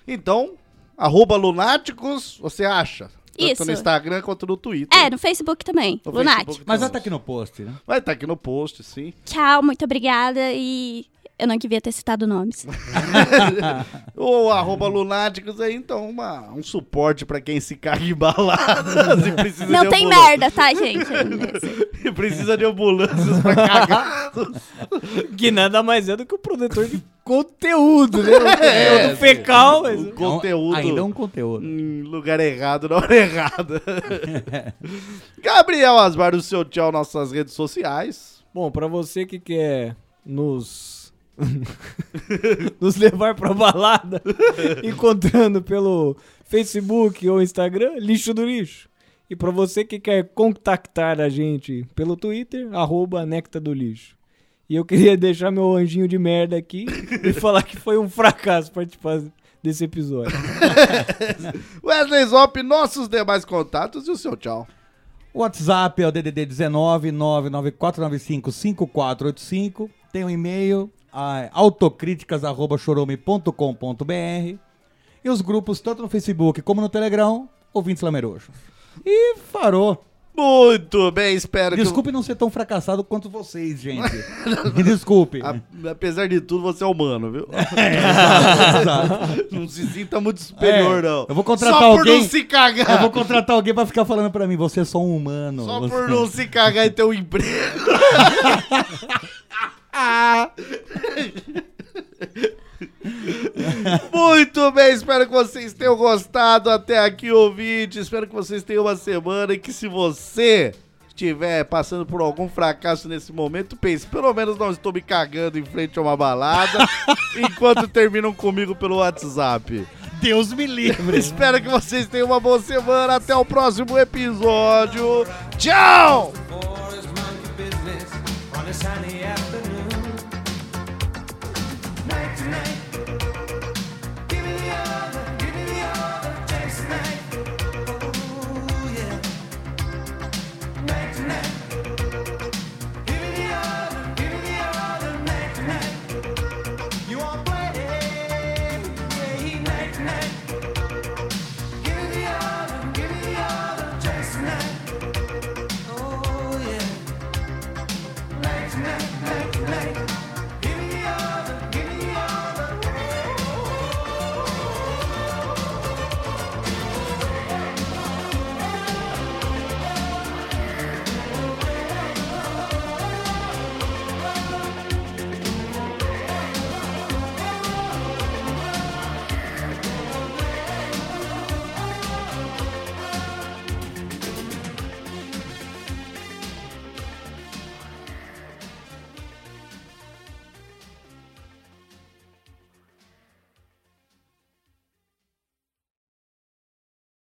S6: Então, arroba lunáticos, você acha? Tanto
S8: Isso.
S6: no Instagram quanto no Twitter.
S8: É, no Facebook também.
S6: No
S8: Lunático.
S6: Facebook
S7: Mas já
S6: também.
S7: tá aqui no post, né?
S6: Vai estar aqui no post, sim.
S8: Tchau, muito obrigada e. Eu não devia ter citado nomes.
S6: Ou arroba lunáticos aí, então, uma, um suporte pra quem se caga embalada. se precisa
S8: Não
S6: de
S8: tem
S6: ambulância.
S8: merda, tá, gente?
S6: E precisa de ambulâncias pra cagar.
S4: Que nada mais é do que o produtor de conteúdo, né? Conteúdo fecal, mas...
S6: o conteúdo.
S7: É um- ainda é um conteúdo.
S6: Em lugar errado, na hora errada. Gabriel Asmar, o seu tchau, nossas redes sociais.
S4: Bom, pra você que quer nos nos levar pra balada, encontrando pelo Facebook ou Instagram, lixo do lixo. E pra você que quer contactar a gente pelo Twitter, arroba Necta do Lixo. E eu queria deixar meu anjinho de merda aqui e falar que foi um fracasso participar desse episódio.
S6: Wesley Zop, nossos demais contatos e o seu tchau.
S7: O WhatsApp é o DDD 19 99495 5485. Tem o e-mail ah, autocríticas.chorome.com.br e os grupos tanto no Facebook como no Telegram, ouvintes lamerojos. E farou.
S6: Muito bem, espero
S7: Desculpe não ser tão fracassado quanto vocês, gente. Me desculpe.
S6: que. A- apesar de tudo, você é humano, viu? não se sinta muito superior,
S7: É,
S6: não.
S7: eu vou contratar
S6: Só por
S7: alguém-
S6: não se cagar.
S7: Eu vou contratar alguém pra ficar falando pra mim, você é só um humano.
S6: Só
S7: você-
S6: por um não se cagar em teu emprego. Muito bem, espero que vocês tenham gostado até aqui, ouvinte. Espero que vocês tenham uma semana e que se você estiver passando por algum fracasso nesse momento, pense, pelo menos não estou me cagando em frente a uma balada enquanto terminam comigo pelo WhatsApp.
S7: Deus me livre.
S6: Espero que vocês tenham uma boa semana. Até o próximo episódio. Tchau!
S2: forest monkey business on a sunny afternoon.